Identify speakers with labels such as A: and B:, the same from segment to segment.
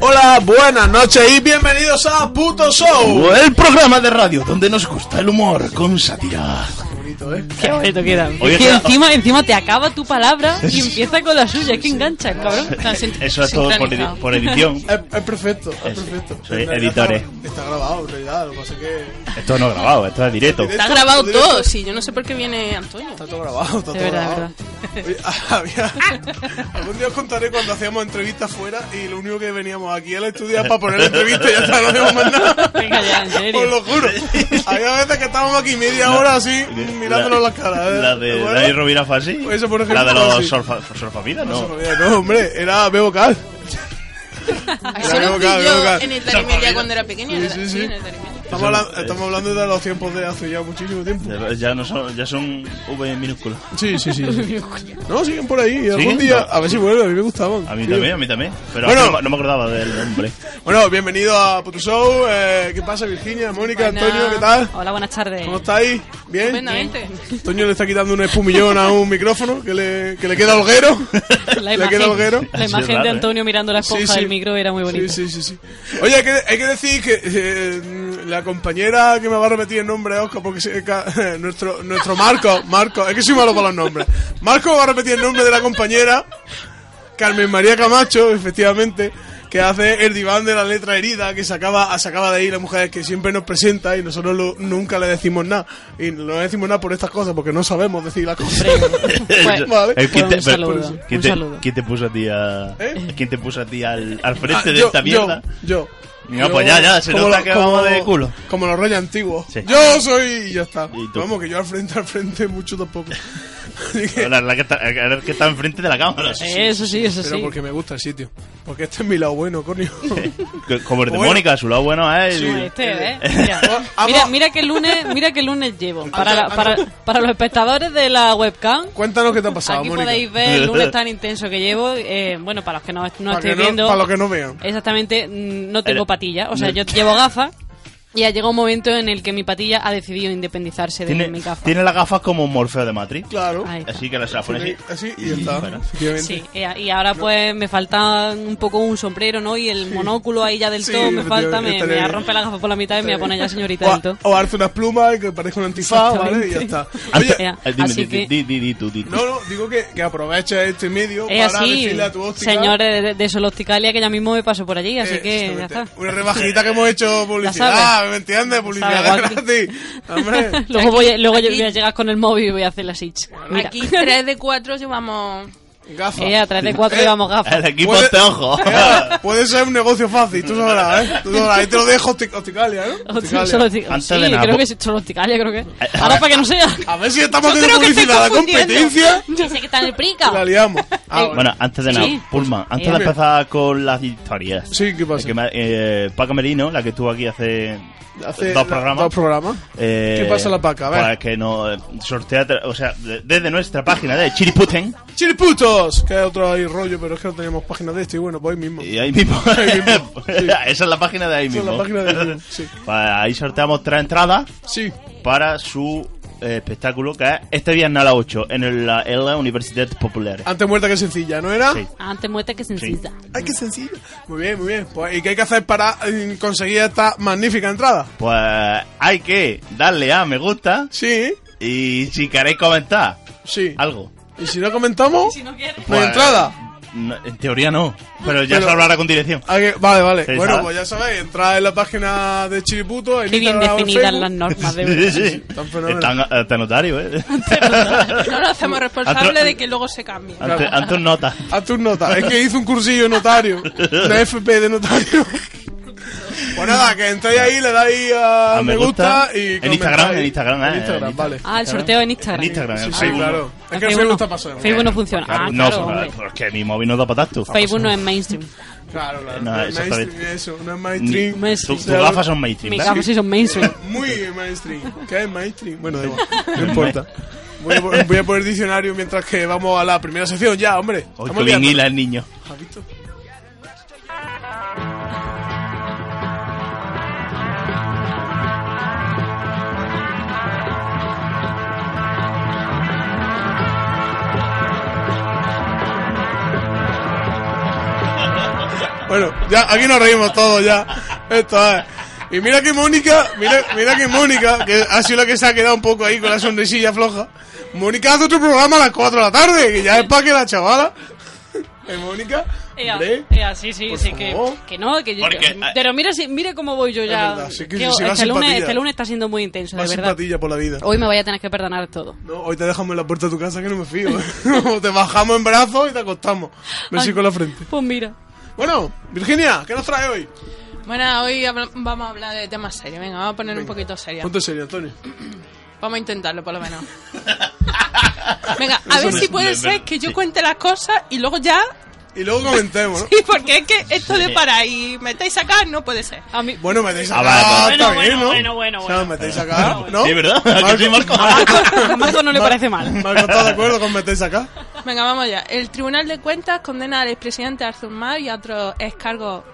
A: Hola, buenas noches y bienvenidos a Puto Show.
B: El programa de radio donde nos gusta el humor con sátira.
C: Qué bonito queda.
B: Oye,
C: y
B: que-
C: encima, encima te acaba tu palabra y empieza con la suya. Es que engancha, cabrón.
D: Está sin-
B: Eso es todo por,
D: sincronizado.
B: edi- por edición.
A: Es, es perfecto, es
B: Sí,
A: Ah, perfecto.
B: sí,
A: En realidad
B: editores.
A: Está, está grabado en realidad, lo que pasa es que
B: eh. Esto no es grabado, esto es directo.
D: Está grabado todo, sí. Yo no sé por qué viene Antonio.
A: está todo grabado, está
C: De
A: todo
C: verdad,
A: grabado. Oye, había- algún día os contaré cuando hacíamos entrevistas fuera y lo único que veníamos aquí al estudio era para poner la entrevista y ya está, no hacíamos más nada.
C: Venga ya, en serio.
A: Os lo juro. Había veces que estábamos aquí media hora así, mirándonos las caras. ¿eh?
B: La de
A: ¿Te acuerdas?
B: David Rovira fue así.
A: Pues eso, por ejemplo,
B: La de los
A: sí.
B: sorfa- sorfavidas,
A: No, se me
B: ¿no?
A: olvida, no, hombre, era Bebo Cal.
D: Ah, Eso
A: Claro,
D: lo vi
A: claro,
D: yo
A: claro.
D: en el Tarimelia cuando era pequeña.
A: Sí,
D: ¿verdad?
A: sí, sí.
D: en el Tarimelia.
A: Estamos, hablan- estamos hablando de los tiempos de hace ya muchísimo tiempo.
B: Ya, no son, ya son V minúsculas.
A: Sí, sí, sí. sí. No, siguen por ahí. y Algún
B: ¿Siguen?
A: día,
B: No.
A: a ver si vuelve, a mí me gustaban.
B: A mí
A: Sí.
B: también, a mí también. Pero
A: Bueno.
B: no, me- no me acordaba del nombre.
A: Bueno, bienvenido a Puto Show. Eh, ¿Qué pasa, Virginia, Mónica,
D: Buenas.
A: Antonio? ¿Qué tal?
C: Hola, buenas tardes.
A: ¿Cómo estáis? ¿Bien? ¿eh?
D: Estupendamente.
A: Antonio le está quitando un espumillón a un micrófono que le, que le queda holguero.
C: La
A: le queda holguero.
C: imagen, la
B: Sí, es
C: imagen
B: raro,
C: de
B: ¿eh?
C: Antonio mirando la esponja
A: Sí, sí.
C: del micro era muy bonita.
A: Sí, sí, sí, sí. Oye, hay que, hay que decir que eh, la compañera que me va a repetir el nombre de Oscar, porque se- ca- nuestro, nuestro Marco, Marco, es que soy malo con los nombres. Marco va a repetir el nombre de la compañera, Carmen María Camacho, efectivamente, que hace el diván de la letra herida, que sacaba, sacaba de ahí la mujer que siempre nos presenta y nosotros lo- nunca le decimos nada. Y no le decimos nada por estas cosas, porque no sabemos decir las cosas.
C: Fue-
A: Vale.
B: Eh, ¿quién te-
C: Bueno, Pues, un
B: pero-
C: saludo,
B: ¿quién
C: un
B: te-
C: saludo.
B: ¿Quién te puso a ti, a,
A: ¿Eh?
B: ¿quién te puso a ti al,
A: Ah,
B: al frente de
A: yo-
B: esta
A: yo-
B: mierda?
A: Yo.
B: Venga,
A: Yo-
B: pues ya, ya, se
A: como
B: nota
A: lo-
B: que vamos de culo.
A: Como los reyes antiguos.
B: Sí.
A: Yo soy y ya está.
B: Y tú.
A: Vamos, que yo al frente, al frente, mucho tampoco. Así que-
B: La, la que está, la que está enfrente de la cámara. sí, sí.
C: Eso sí, eso
A: pero
C: sí.
A: porque me gusta el sitio. Porque este es mi lado bueno, coño.
B: Que- Como el de
A: Bueno.
B: Mónica, su lado bueno es. el-
C: Como este, ¿eh?
A: Vamos.
C: Mira, mira, mira qué lunes, mira qué lunes llevo. Para, la- para, para los espectadores de la webcam,
A: Cuéntanos qué te ha pasado,
C: Aquí
A: Mónica.
C: podéis ver el lunes tan intenso que llevo. eh, bueno, para los que no, no
A: Para
C: estéis
A: que no-
C: viendo.
A: para los que no vean.
C: Exactamente, mm, no tengo
B: Era-
C: patilla. O sea,
B: no-
C: yo llevo gafas y ha llegado un momento en el que mi patilla ha decidido independizarse de mi
B: Tiene,
C: gafa.
B: tiene las gafas como Morfeo de Matrix.
A: Claro.
C: Ahí está.
B: Así que las- se las pone así.
A: Así y ya está.
B: fuera.
A: efectivamente.
C: Sí, y a- y ahora pues me falta un poco un sombrero, ¿no? Y el monóculo ahí ya del
A: Sí,
C: todo me falta, me,
A: efectivamente, este
C: me
A: estaría bien.
C: rompe la gafa por la mitad y me voy a poner ya
A: O,
C: señorita del
A: a-
C: todo.
A: o hazte unas plumas y que parezca un antifaz, ¿vale? Y ya está.
B: Antes-
A: Oye,
B: eh, dime,
C: así
B: di-
C: que-
B: di- di- di tú, di tú.
A: no, no, digo que, que aprovecha este medio
C: Es
A: para
C: así,
A: decirle a tu óptica.
C: señores de, de Solopticalia, que ya mismo me paso por allí, así
A: Eh,
C: que ya
A: exactamente.
C: está.
A: Una rebajita que hemos hecho publicidad, Ah,
C: sabes.
A: ¿me entiendes? Publicidad
C: sabes, Juanqui.
A: gratis. Hombre.
C: Luego, voy, a- luego yo
D: aquí-
C: voy a llegar con el móvil y voy a hacer la sitch. Mira.
D: Aquí 3 de 4 llevamos.
A: Gafas.
C: Eh, a través de cuatro
A: Eh,
C: llevamos
B: El
C: gafas.
B: equipo
A: Puede-
B: te ojo.
A: Eh, puede ser un negocio fácil, tú sabrás, ¿eh? Tú sabrás. Ahí te lo dejo hostic- hosticalia, ¿no? Hosticalia.
C: Solo hostic-
B: Antes
C: sí,
B: de nada,
C: creo
B: po-
C: que sí, solo hosticalia, creo
B: Eh,
C: que. Ahora para que no sea.
A: A ver si estamos
D: Yo
A: haciendo
D: creo que estoy Eh,
A: publicidad a la
D: confundiendo.
A: competencia.
C: Yo sé que está en el
A: La liamos. Ah, bueno.
B: Bueno, antes de nada,
C: Sí.
B: Pullman, antes
C: Eh.
B: de empezar con las historias.
A: Sí, ¿qué pasa?
B: Que me- eh, Paca Merino, la que estuvo aquí hace,
A: Hace la-
B: dos programas.
A: Dos programas.
B: eh,
A: ¿Qué pasa la Paca? A ver.
B: Pues que nos sortea, tra- o sea, de- desde nuestra página de Chiriputen,
A: ¡Chiriputos! Que hay otro ahí rollo, pero es que no teníamos página de este y bueno, pues ahí mismo.
B: y ahí mismo.
A: Ahí mismo, sí.
B: Esa es la página de ahí
A: Esa es
B: mismo.
A: la página de ahí mismo, sí.
B: Pues ahí sorteamos tres entradas
A: Sí.
B: para su eh, espectáculo que es este viernes a las 8 en el- la, en la Universidad Popular.
A: Antes muerta que sencilla, ¿no era?
B: Sí.
C: Antes muerta que sencilla.
A: Ay, qué sencillo. Muy bien, muy bien. Pues, ¿y qué hay que hacer para eh, conseguir esta magnífica entrada?
B: Pues hay que darle a me gusta
A: Sí,
B: y si queréis comentar
A: sí.
B: algo.
A: ¿Y si no comentamos?
C: Si no quieres.
B: Pues,
A: ¿No hay entrada?
B: no, en teoría no, pero ya
A: Pero-
B: se hablará con dirección.
A: Ah, que- Vale, vale.
B: Sí,
A: bueno,
B: ¿sabes?
A: pues ya sabéis, entrad en la página de Chiriputo. en
C: Qué bien
A: Instagram, en
C: definidas
A: Facebook.
C: las normas, de
B: Sí,
C: verdad.
B: sí.
A: Tan fenómeno.
B: Están hasta notario, ¿eh?
D: No nos hacemos responsables
B: Antro-
D: de que luego se cambie.
B: Antes, antes nota.
A: Haz tus notas. Es que hice un cursillo de notario. Una FP de notario. Pues nada, que entréis ahí, le dais a,
B: A
A: me gusta, y
B: Ah, en Instagram,
A: comentáis.
B: en Instagram, eh,
A: En Instagram, vale.
C: Ah, el sorteo en Instagram.
B: En Instagram, en
A: Sí, sí,
B: Facebook.
A: claro. Es que
C: Ah,
A: el Facebook está pasando.
C: no, Facebook no funciona.
B: Claro, Pues
C: Ah,
B: no,
C: claro, hombre.
B: porque mi móvil no da para tanto.
C: Facebook no es mainstream.
A: Claro, claro.
B: No,
A: No, es
B: exactamente.
A: mainstream eso, no es
B: Ni-
A: mainstream.
B: tu- Tus
C: Mainstream.
B: gafas son mainstream.
C: Mis
B: ¿verdad?
C: gafas sí son mainstream.
A: Muy mainstream. ¿Qué es mainstream? Bueno, da igual, no importa. Voy a, po- voy a poner diccionario mientras que vamos a la primera sección ya, hombre.
B: Hoy
A: Estamos
B: que bien
A: liando.
B: hila el niño.
A: Javito. Bueno, ya aquí nos reímos todos ya. Esto es. Y mira que Mónica, mira, mira que Mónica, que ha sido la que se ha quedado un poco ahí con la sonrisilla floja. Mónica hace otro programa a las 4 de la tarde, que ya es para que la chavala. ¿Eh, Mónica?
C: Ea,
A: Hombre,
C: ea, sí, sí,
A: por
C: sí, que,
A: favor.
C: que no, que yo-
B: Porque,
C: yo- Pero mira, si, mira cómo voy yo ya.
A: verdad, sí que
C: Creo-
A: si vas
C: este,
A: sin
C: lunes,
A: patilla.
C: este lunes está siendo muy intenso, de
A: Más
C: verdad.
A: simpatilla por la vida.
C: Hoy me voy a tener que perdonar todo.
A: No, hoy te dejamos en la puerta de tu casa que no me fío. O te bajamos en brazos y te acostamos. Me
C: Ay.
A: con la frente.
C: Pues mira.
A: Bueno, Virginia, ¿qué nos trae hoy?
D: Bueno, hoy habla- vamos a hablar de temas serios. Venga, vamos a poner un poquito serio.
A: Ponte serio, Antonio.
D: Vamos a intentarlo, por lo menos. Venga, a ver
B: Eso no
D: si
B: es- no
D: puede
B: es
D: ser
B: verdad.
D: que yo
B: Sí.
D: cuente las cosas y luego ya...
A: Y luego comentemos, ¿no?
D: Sí, porque es que esto de parar y metéis acá no puede ser.
C: A mí,
A: Bueno, metéis acá.
B: Ah, vale, vale.
A: está
C: Bueno,
A: bien,
C: bueno,
A: ¿no?
C: bueno, bueno,
A: O sea,
C: bueno.
A: metéis acá, ¿no?
B: Sí, ¿verdad? ¿A que sí, Marco?
C: a Marco no le parece mal.
A: Marco está de acuerdo con metéis acá.
D: Venga, vamos allá. El Tribunal de Cuentas condena al expresidente Arthur Mas y a otros excargos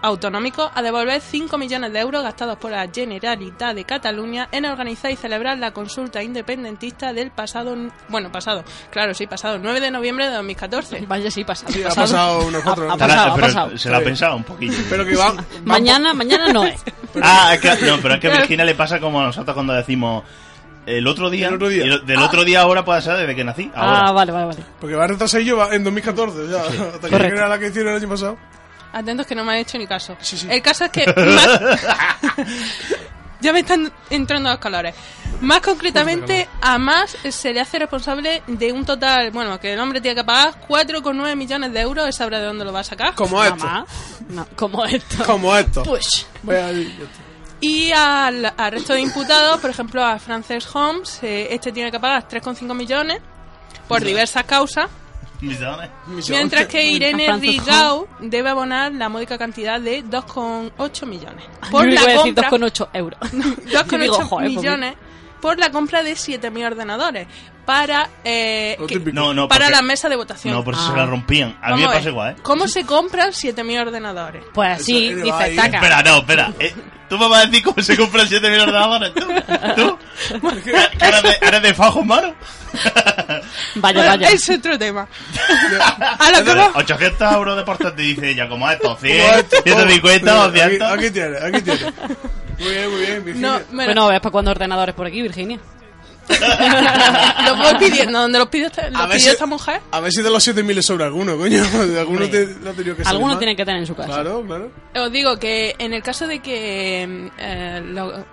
D: autonómicos a devolver 5 millones de euros gastados por la Generalitat de Cataluña en organizar y celebrar la consulta independentista del pasado... Bueno, pasado, claro, sí, pasado 9 de noviembre de 2014.
C: Vaya, sí, pasa.
A: Sí, ha pasado unos cuatro.
C: Ha- ha
A: ¿no?
C: pasado, ha
B: Pero
C: pasado.
B: Se la ha
A: Sí.
B: pensado un poquillo.
A: Pero que va. va-
C: Mañana, mañana no es.
B: Ah, es que- no, pero es que a Virginia le pasa como a nosotros cuando decimos el otro día.
A: El otro día.
B: y el- del otro día ahora puede ser desde que nací. Ahora.
C: Ah, vale, vale, vale.
A: Porque va a retrasar yo va- en 2014, ya. Hasta que
C: Correcto.
A: era la que hicieron el año pasado.
D: Atentos que no me han hecho ni caso.
A: Sí, sí.
D: El caso es que... más- ya me están entrando los colores. Más concretamente, a más se le hace responsable de un total, bueno, que el hombre tiene que pagar 4,9 millones de euros, él sabrá de dónde lo va a sacar.
A: Como esto.
C: Mamá, no, como esto.
A: Como esto.
C: Push.
A: Voy a ir, ya está.
D: Y al, al resto de imputados, por ejemplo, a Frances Holmes, eh, este tiene que pagar 3,5 millones por diversas causas,
B: Mis dones.
D: mientras que Irene
C: Frances
D: Rigau debe abonar la módica cantidad de 2,8 millones
C: Por
D: por
C: Yo la
D: la
C: iba a decir
D: compra
C: 2,8 euros. Yo digo,
D: 2,8
C: joder, pues mira.
D: millones por la compra de 7.000 ordenadores para eh,
A: Lo
D: que-
A: típico.
B: No, no,
D: para
B: porque-
D: la mesa de votación.
B: No, por eso
C: Ah.
B: se la rompían. A
D: Vamos
B: mí me
D: a
B: pasa
D: ver,
B: igual, ¿eh?
D: ¿Cómo se compran 7.000 ordenadores?
C: Pues así,
A: Eso, eh,
C: dice,
A: ahí.
C: taca.
B: Espera, no, espera. Eh, ¿Tú me vas a decir cómo se compran 7.000 ordenadores? ¿Tú? ¿Tú? ¿Eres de, eres de fajo, mano?
C: Vaya,
D: Bueno,
C: vaya.
D: es otro tema. a Ah, lo que
B: Entonces,
D: voy-
B: 800 euros de portátil, dice ella, como esto, 100,
A: Como esto, como-
B: 150,
A: Mira, aquí-
B: 200.
A: Aquí tienes, aquí tienes. Muy bien, muy bien, Virginia.
D: No,
C: Bueno, ves para cuando ordenadores por aquí, Virginia.
D: Los voy pidiendo, donde los pidió esta, los
A: ver
D: pidió
A: si-
D: esta mujer.
A: A ver si de los 7.000 le sobra alguno, coño. De alguno te, lo ha tenido que salir
C: Alguno
A: más.
C: tiene que tener en su casa.
A: Claro, claro.
D: Os digo que en el caso de que. eh, lo-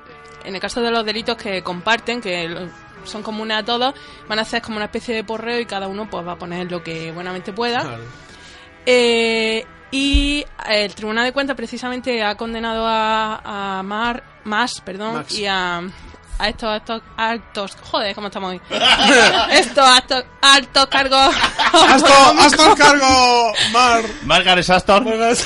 D: en el caso de los delitos que comparten, que lo- son comunes a todos, van a hacer como una especie de porreo y cada uno pues va a poner lo que buenamente pueda.
A: Claro.
D: Eh, y eh, el Tribunal de Cuentas precisamente ha condenado a, a Mar, Mas, perdón,
A: Max.
D: y a, a estos actos altos. Joder, ¿cómo estamos hoy? estos actos, altos cargos.
A: ¡Hasta, hasta el cargo, Mar!
B: Margaret Astor.
A: Buenas.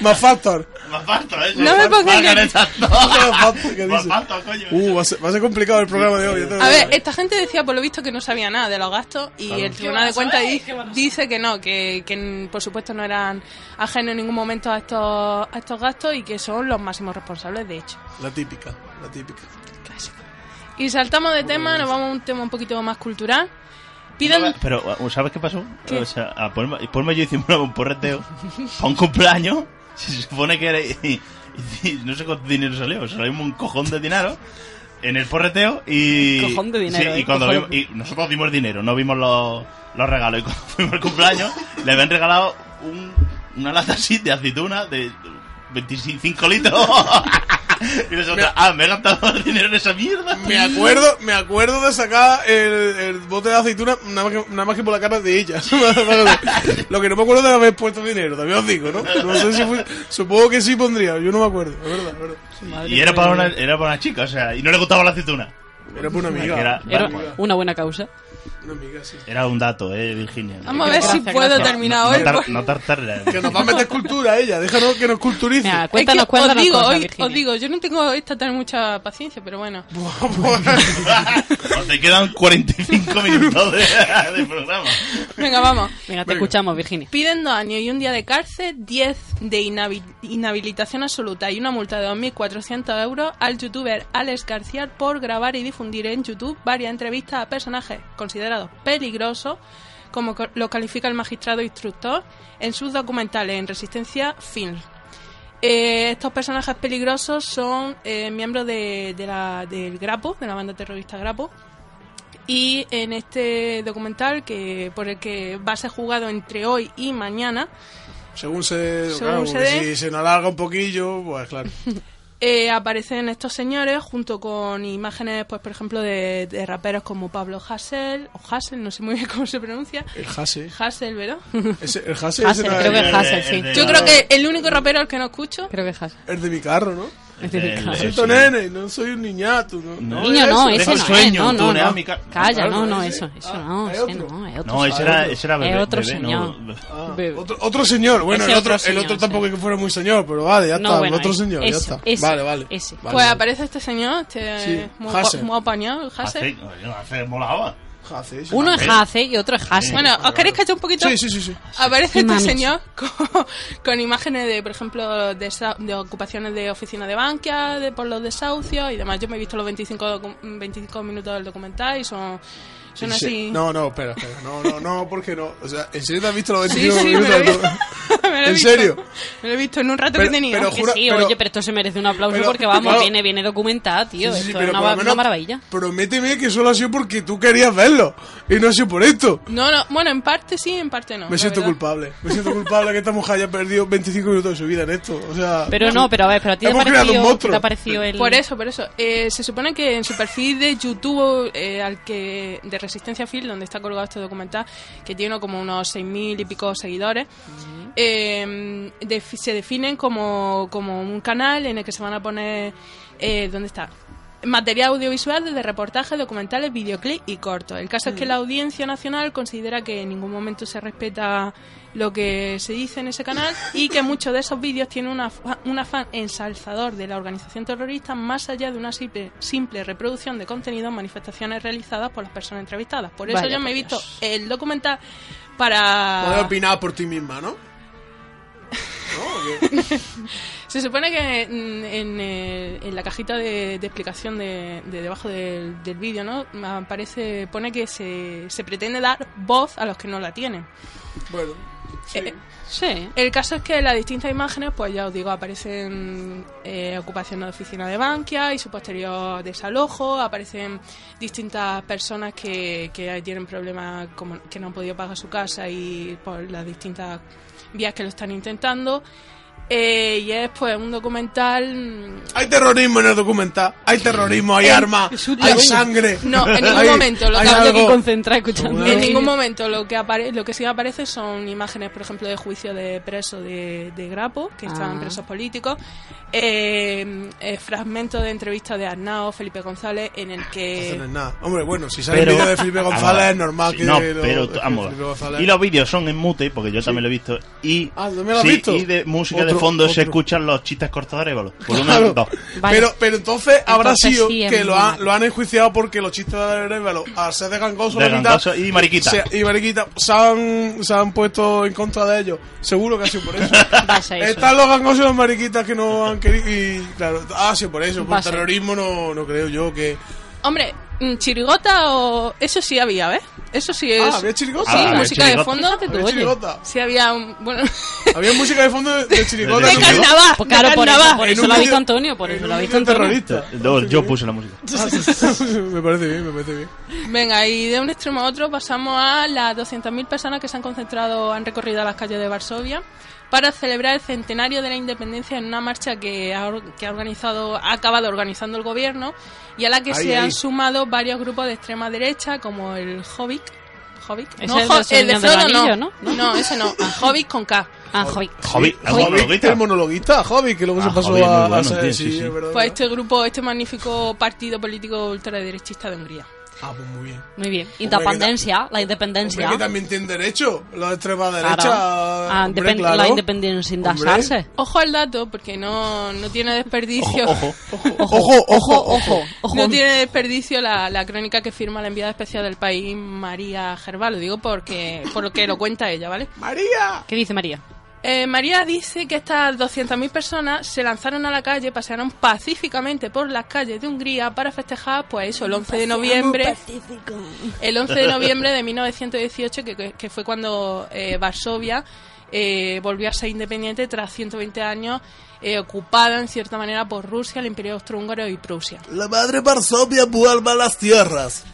A: Más Factor.
B: Más falta, ¿eh?
D: No me pongas
B: Margaret
D: nerviosa.
B: Astor.
A: Más Factor que
B: Más
A: dice.
B: falta, coño.
A: Uh, va a, ser, va a ser complicado el programa de hoy. ya te lo
D: A
A: digo.
D: ver, esta gente decía por lo visto que no sabía nada de los gastos y el Tribunal de Cuentas di- dice que no, que, que, mm, por supuesto no eran ajenos en ningún momento a estos, a estos gastos y que son los máximos responsables de hecho.
A: La típica, la típica.
D: Y saltamos de tema, nos vamos a un tema un poquito más cultural. Piden...
B: Pero, uh, ¿sabes qué pasó? O sea, a Polma, Polma y yo hicimos un porreteo a un cumpleaños. Se supone que era. y- y- y no sé cuánto dinero salió, salió un cojón de dinero. En el porreteo y.
C: Cojón de dinero,
B: Sí, y
C: eh,
B: cuando
C: cojón.
B: vimos- y nosotros dimos dinero, no vimos los, los regalos. Y cuando fuimos al cumpleaños, le habían regalado un- una lata así de aceituna de 25 litros. Y los otros, ah, me he gastado el dinero en esa mierda.
D: Ah.
A: Me acuerdo, me acuerdo de sacar el, el bote de aceituna nada más, que, nada más que por la cara de ella. Lo que no me acuerdo de haber puesto dinero, también os digo, ¿no? No sé si fue- supongo que sí pondría, yo no me acuerdo, es verdad, es verdad.
C: Madre
B: Y era
C: mía.
B: para, una, era para una chica, o sea, y no le gustaba la aceituna.
A: Era por una amiga.
B: Era-
A: una
C: Era
A: amiga,
C: una buena causa.
A: una amiga, sí.
B: Era un dato, eh, Virginia.
D: Vamos a ver si
C: Gracias,
D: puedo
C: gracias.
D: terminar hoy.
B: no,
D: pues.
B: No, tar-
D: porque-
B: no eh. tartarear.
A: Que nos va a meter cultura ella, déjanos que nos culturice.
D: Es
C: Mira,
D: que
C: cuéntanos, cuéntanos.
D: os digo,
C: cosas,
D: hoy,
C: Virginia.
D: os digo, yo no tengo esta tan mucha paciencia, pero bueno.
A: Pues,
B: No, Te quedan 45 minutos de, de programa.
D: Venga, vamos.
C: Venga, te
A: Venga.
C: escuchamos, Virginia.
D: Piden dos años y un día de cárcel, 10 de inhabi- inhabilitación absoluta y una multa de 2.400 euros al youtuber Alex García por grabar y difundir en YouTube varias entrevistas a personajes considerados peligrosos, como co- lo califica el magistrado instructor, en sus documentales en Resistencia Film. Eh, estos personajes peligrosos son eh, miembros de, de la, del Grapo, de la banda terrorista Grapo, y en este documental que por el que va a ser jugado entre hoy y mañana
A: Según se.
D: Según
A: claro,
D: se
A: porque
D: dé.
A: si se nos alarga un poquillo, pues claro.
D: eh, aparecen estos señores junto con imágenes pues por ejemplo de, de raperos como Pablo Hassel o Hassel no sé muy bien cómo se pronuncia
A: El Hase.
D: Hassel ¿verdad?
A: Ese- el Hase,
C: Hase,
A: ese no
C: creo que
A: es
C: es Hassel, sí.
D: yo creo que el único rapero al que no escucho
C: Creo que es Hassel.
A: el de mi carro, ¿no?
C: Es decir,
B: El-
C: claro.
B: el-
A: Siento
B: sí.
A: nene, no soy un niñato. No,
B: No,
C: Niño, no,
B: Deja
C: ese
B: el
C: no es.
B: sueño,
C: No,
B: tú,
C: no,
B: nea,
C: no.
B: mi ca-
C: Calla,
A: Claro,
C: no, no,
A: ese.
C: eso, eso
A: Ah,
C: no,
A: hay
C: ese
A: otro.
C: no, es otro.
B: No, ese era, ese era
C: Es
B: bebé.
C: otro
B: bebé,
C: señor.
B: no.
A: Ah,
C: Bebe.
A: otro, otro señor, bueno,
C: Ese
A: el otro,
C: otro señor,
A: el otro
C: sí.
A: tampoco es que fuera muy señor, pero vale, ya está,
C: No, bueno,
A: el otro
C: ese,
A: señor,
C: ese,
A: ya está.
C: ese,
A: vale, vale.
C: ese.
A: Vale,
D: pues
A: vale.
D: aparece este señor este
A: Sí,
D: muy,
A: Hassel.
D: apa- muy apañado el Hassel
B: Hace, oye, hace molaba.
A: Hase, sí.
C: Uno es Hace y otro es Hassel.
D: bueno ¿os queréis cachar un poquito?
A: Sí, sí, sí, sí.
D: Aparece este
C: Mamis.
D: señor con, con imágenes de, por ejemplo, de, esa- de ocupaciones de oficina de banca, de por los desahucios y demás. Yo me he visto los 25, docu- 25 minutos del documental y son, son
A: Sí, sí.
D: así.
A: No, no, espera, espera. No, no, no, porque no. O sea, ¿en serio te has visto los
D: sí,
A: 25
D: sí, me lo he
A: minutos?
D: visto. Me lo he
A: ¿En
D: visto.
A: serio?
D: Me lo he visto en un rato
A: Pero-
D: que tenía.
A: pero-
C: Que
A: jura-
C: sí,
A: pero-
C: oye, pero esto se merece un aplauso
A: pero-
C: porque vamos,
A: claro.
C: viene, viene documentada, tío.
A: Sí, sí, sí,
C: esto
A: pero
C: es una,
A: por lo
C: va-
A: menos
C: una maravilla.
A: Prométeme que solo ha sido porque tú querías verlo y no ha sido por esto.
D: No, no, bueno, en parte sí, en parte no.
A: Me
D: la
A: siento
D: verdad.
A: culpable. Me siento culpable que esta mujer haya perdido 25 minutos de su vida en esto. O sea,
C: Pero no, pero a ver, pero a ti te ha
A: Hemos creado un
C: parecido,
A: monstruo.
C: te ha parecido el...
D: Por eso, por eso. Eh, se supone que en su perfil de YouTube, eh, al que de Resistencia Film, donde está colgado este documental, que tiene como unos 6.000 y pico seguidores, eh, defi- se definen como, como un canal en el que se van a poner... Eh, ¿Dónde está? Material audiovisual desde reportajes, documentales, videoclip y cortos. El caso es
C: Mm.
D: que la Audiencia Nacional considera que en ningún momento se respeta lo que se dice en ese canal y que muchos de esos vídeos tienen una fa- un afán ensalzador de la organización terrorista más allá de una simple, simple reproducción de contenido en manifestaciones realizadas por las personas entrevistadas. Por eso
C: Vaya
D: yo me he
C: por
D: visto
C: Dios.
D: el documental
A: Puedes
C: Ah.
D: para...
A: opinar por ti misma, ¿no? No, que-
D: Se supone que en, en, eh, en la cajita de, de explicación de, de debajo del, del vídeo, ¿no? Aparece, pone que se, se pretende dar voz a los que no la tienen.
A: bueno. sí.
D: Eh,
C: Sí.
D: El caso es que las distintas imágenes, pues ya os digo, aparecen eh, ocupación de oficina de Bankia y su posterior desalojo, aparecen distintas personas que, que tienen problemas, como que no han podido pagar su casa y por las distintas vías que lo están intentando. Eh, y es pues un documental... mm,
A: Hay terrorismo en el documental. Hay terrorismo,
C: Eh,
A: hay armas, hay sangre.
D: No, en ningún
A: Hay-
D: momento, lo
A: hay
D: que hablo
A: algo. ¿eh?
C: que concentrar escuchando.
A: Bueno.
D: En ningún momento lo que apare lo que sí aparece son imágenes, por ejemplo, de juicio de presos de, de Grapo, que estaban
C: Ah.
D: presos políticos, eh, eh, fragmentos de entrevistas de Arnao, Felipe González, en el
A: Entonces no
D: que...
A: es nada. Hombre, bueno, si sale el vídeo de Felipe González
B: Vamos,
A: es normal
B: sí,
A: que.
B: No,
A: lo-
B: pero
A: es que
B: vamos.
A: Felipe González-
B: Y los vídeos son en mute, porque yo también lo he visto. Y,
A: Ah, ¿también lo has
B: sí,
A: visto?
B: y de música
A: Otro-
B: de fondo
A: otro.
B: se escuchan los chistes cortadores, ¿vale? Por
A: Claro.
B: uno, dos.
C: Vale.
A: Pero, pero entonces habrá
C: Entonces
A: sido
C: sí, es
A: que lo,
C: muy
A: han-
C: malo.
A: lo han enjuiciado porque los chistes de ah, Arevalo, al ser de gangoso,
B: De
A: la mitad,
B: gangoso y mariquita.
A: se- y mariquita, se han, se han puesto en contra de ellos. Seguro que ha sido por eso.
C: Vas a eso.
A: Están los gangosos y las mariquitas que no han querido. Y claro, ha sido por eso. Por
C: Pasa.
A: terrorismo no, no creo yo que.
D: Hombre, Mm, Chirigota o... Eso sí había, ¿ves? Eso sí es...
A: Ah, ¿había chirigota?
D: Sí,
B: Ah, había
D: música de
B: chirigota.
D: fondo.
C: Fíjate tú,
A: Había
C: oye.
A: chirigota.
D: Sí había un... Bueno...
A: Había música de fondo de, de chirigota.
B: De
A: ¿no?
B: carnaval.
C: Pues claro, por eso, por
A: En
C: eso
A: un
C: lo ha visto
A: vídeo-
C: Antonio, por
A: en
C: eso
A: un
C: lo ha
A: vídeo
C: visto Antonio.
A: terrorista.
B: No, yo puse la música.
A: me parece bien, me parece bien.
D: Venga, y de un extremo a otro pasamos a las 200.000 personas que se han concentrado, han recorrido las calles de Varsovia para celebrar el centenario de la independencia en una marcha que ha, or- que ha organizado, ha acabado organizando el gobierno y a la que
A: Ahí,
D: se
A: ahí.
D: han sumado varios grupos de extrema derecha como el Jobbik. Jobbik?
C: Ese
D: No,
C: es el
D: Jo-
C: del Señor del Anillo, ¿no?
D: no, ese no. A Jobbik con K.
C: Ah, joy.
B: Jovi, ¿la
A: Hobby,
B: monologuista?
A: el monologuista, Hobby, que luego
B: Ah,
A: se pasó
B: Hobby, muy
A: a,
B: bueno,
A: a ser-
B: tío,
A: sí,
B: sí, sí.
A: es verdad.
D: Pues este grupo, este magnífico partido político ultraderechista de Hungría.
A: Ah, pues muy bien.
C: Muy bien.
E: Independencia, la
A: Hombre,
E: independencia.
A: que también tienen derecho la extrema derecha.
C: Claro.
E: Ah,
A: hombre,
E: independ-
A: claro.
E: La independencia sin
A: Hombre.
E: dasarse.
D: Ojo al dato, porque no, no tiene desperdicio.
B: Ojo,
A: Ojo, ojo, ojo.
E: Ojo, ojo.
D: No tiene desperdicio la, la crónica que firma la enviada especial del país, María Gervá, lo digo porque por lo que lo cuenta ella, ¿vale?
A: María.
C: ¿Qué dice María?
D: Eh, María dice que estas 200.000 personas se lanzaron a la calle, pasearon pacíficamente por las calles de Hungría para festejar, pues eso, el 11 de noviembre, el 11 de noviembre de 1918, que- que, que fue cuando eh, Varsovia eh, volvió a ser independiente tras 120 años eh, ocupada en cierta manera por Rusia, el Imperio Austrohúngaro y Prusia.
F: La madre Varsovia vuelve a las tierras.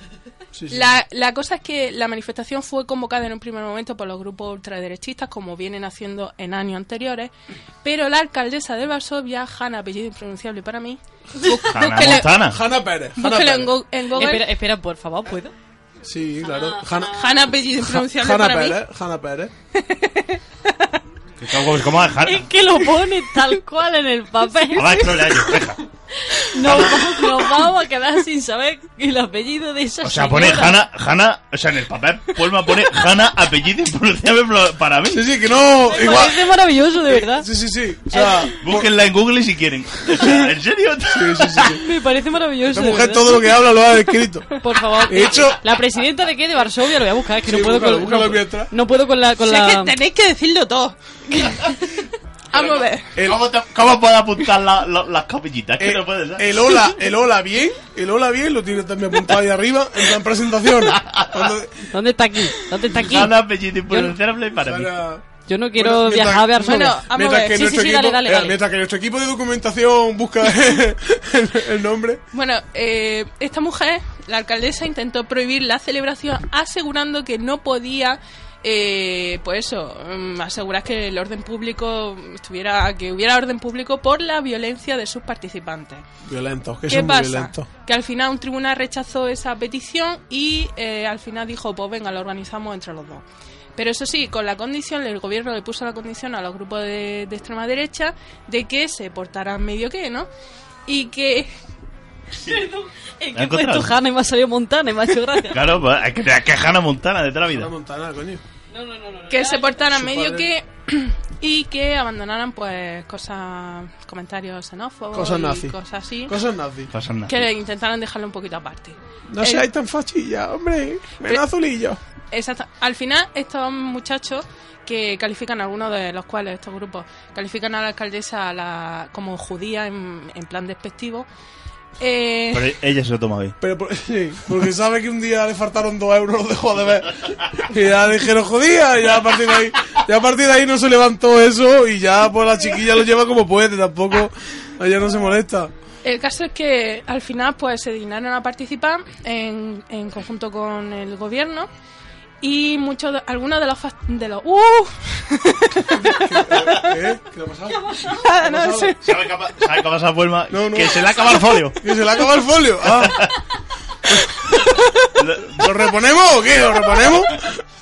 D: La, la cosa es que la manifestación fue convocada en un primer momento por los grupos ultraderechistas, como vienen haciendo en años anteriores, pero la alcaldesa de Varsovia, Hanna, apellido impronunciable para mí, bú-
B: Hannah
D: búsquelo-
B: Montana.
A: Hanna Pérez.
C: Ah,
A: Hanna
D: búsquelo en,
A: Pérez.
D: Go- en Google.
C: Eh, Espera, espera, por favor, ¿puedo?
A: Sí, claro. Hanna,
D: Hanna, apellido impronunciable
A: Hanna
D: para mí.
A: Pérez. Hanna Pérez.
B: Que ¿Cómo, cómo es Hannah?
C: Es que lo pone tal cual en el papel.
B: Ahora es problema yo, deja.
C: Nos, nos vamos a quedar sin saber el apellido de esa
B: O sea, pone
C: señora.
B: Hanna, Hanna, o sea, en el papel, Polma pone Hanna, apellido impronunciable pro- para mí.
A: Sí, sí, que no.
C: Me
A: Igual.
C: parece maravilloso, de verdad.
A: Sí, sí, sí. O sea,
B: Búsquenla en Google si quieren. O sea, ¿en serio?
A: sí, sí, sí. sí.
C: Me parece maravilloso.
A: Esta
C: de
A: mujer
C: verdad.
A: todo lo que habla lo ha descrito.
C: Por favor.
A: He hecho-
C: La presidenta de qué? De Varsovia, lo voy a buscar. Es que
A: Sí,
C: no puedo
A: búscalo,
C: con
A: búscalo
C: no,
A: mientras.
C: no puedo con la. Con
D: Sé
C: la...
D: que tenéis que decirlo todo. Vamos a ver.
A: El-
B: ¿Cómo, te- cómo puedo apuntar la- la- las capillitas? Que
A: El,
B: no puede ser.
A: Eh, el hola, el hola bien, el hola bien lo tiene también apuntado ahí arriba en plan presentación. Cuando-
C: ¿Dónde está aquí? ¿Dónde está aquí?
B: Hanna, apellido impronunciable para mí.
A: para-
C: Yo no quiero
A: Bueno, mientras-
C: viajar a Varsovia.
D: Bueno, vamos a
A: mientras
D: ver.
A: que
C: Sí,
A: nuestro
C: sí, sí,
A: equipo-
C: dale, dale,
A: eh,
C: dale.
A: mientras que nuestro equipo de documentación busca el, el nombre.
D: Bueno, eh, esta mujer, la alcaldesa, intentó prohibir la celebración asegurando que no podía, eh, pues eso, mm, asegurar que el orden público estuviera, que hubiera orden público por la violencia de sus participantes.
A: Violentos, que
D: ¿Qué
A: son muy
D: pasa?
A: violentos.
D: Que al final un tribunal rechazó esa petición y eh, al final dijo, pues venga, lo organizamos entre los dos. Pero eso sí, con la condición, el gobierno le puso la condición a los grupos de, de extrema derecha de que se portaran medio que, ¿no? Y que
C: ¿En
B: ¿La
C: qué he puesto
B: encontrado?
C: Hanna y me ha salido Montana y me ha hecho gracia?
B: Claro, pues hay que tener que Hanna Montana de toda la
A: La
B: vida.
A: Montana, coño.
D: que se portaran
A: Su
D: medio
A: padre.
D: que y que abandonaran pues cosas comentarios xenófobos
A: Cosas
D: y
A: nazis.
D: cosas así
A: Cosas nazis.
B: Pasa nada.
D: que intentaron dejarlo un poquito aparte
A: No seáis tan fachilla, hombre. Menos azulillo.
D: Exacto. al final estos muchachos que califican algunos de los cuales estos grupos califican a la alcaldesa a la- como judía en, en plan despectivo eh,
B: Pero ella se lo toma bien.
A: Pero por- sí, porque sabe que un día le faltaron dos euros, lo dejó de ver. Y ya le dijeron jodía, y ya a partir de ahí, ya a partir de ahí no se levantó eso, y ya pues la chiquilla lo lleva como puede, tampoco, ella no se molesta.
D: El caso es que al final pues se dignaron a participar en, en conjunto con el gobierno y muchos de- algunos de los fac- de los ¡Uh!
A: ¿Eh? ¿Qué le ha pasado?
D: no sé.
B: ¿Sabe qué ha pa- sabe qué ha pasado, Polma?
A: No, no.
B: Que se le acaba el folio.
A: Que se le acaba el folio. Ah,
B: Lo-
A: ¿Lo reponemos o qué? ¿Lo reponemos?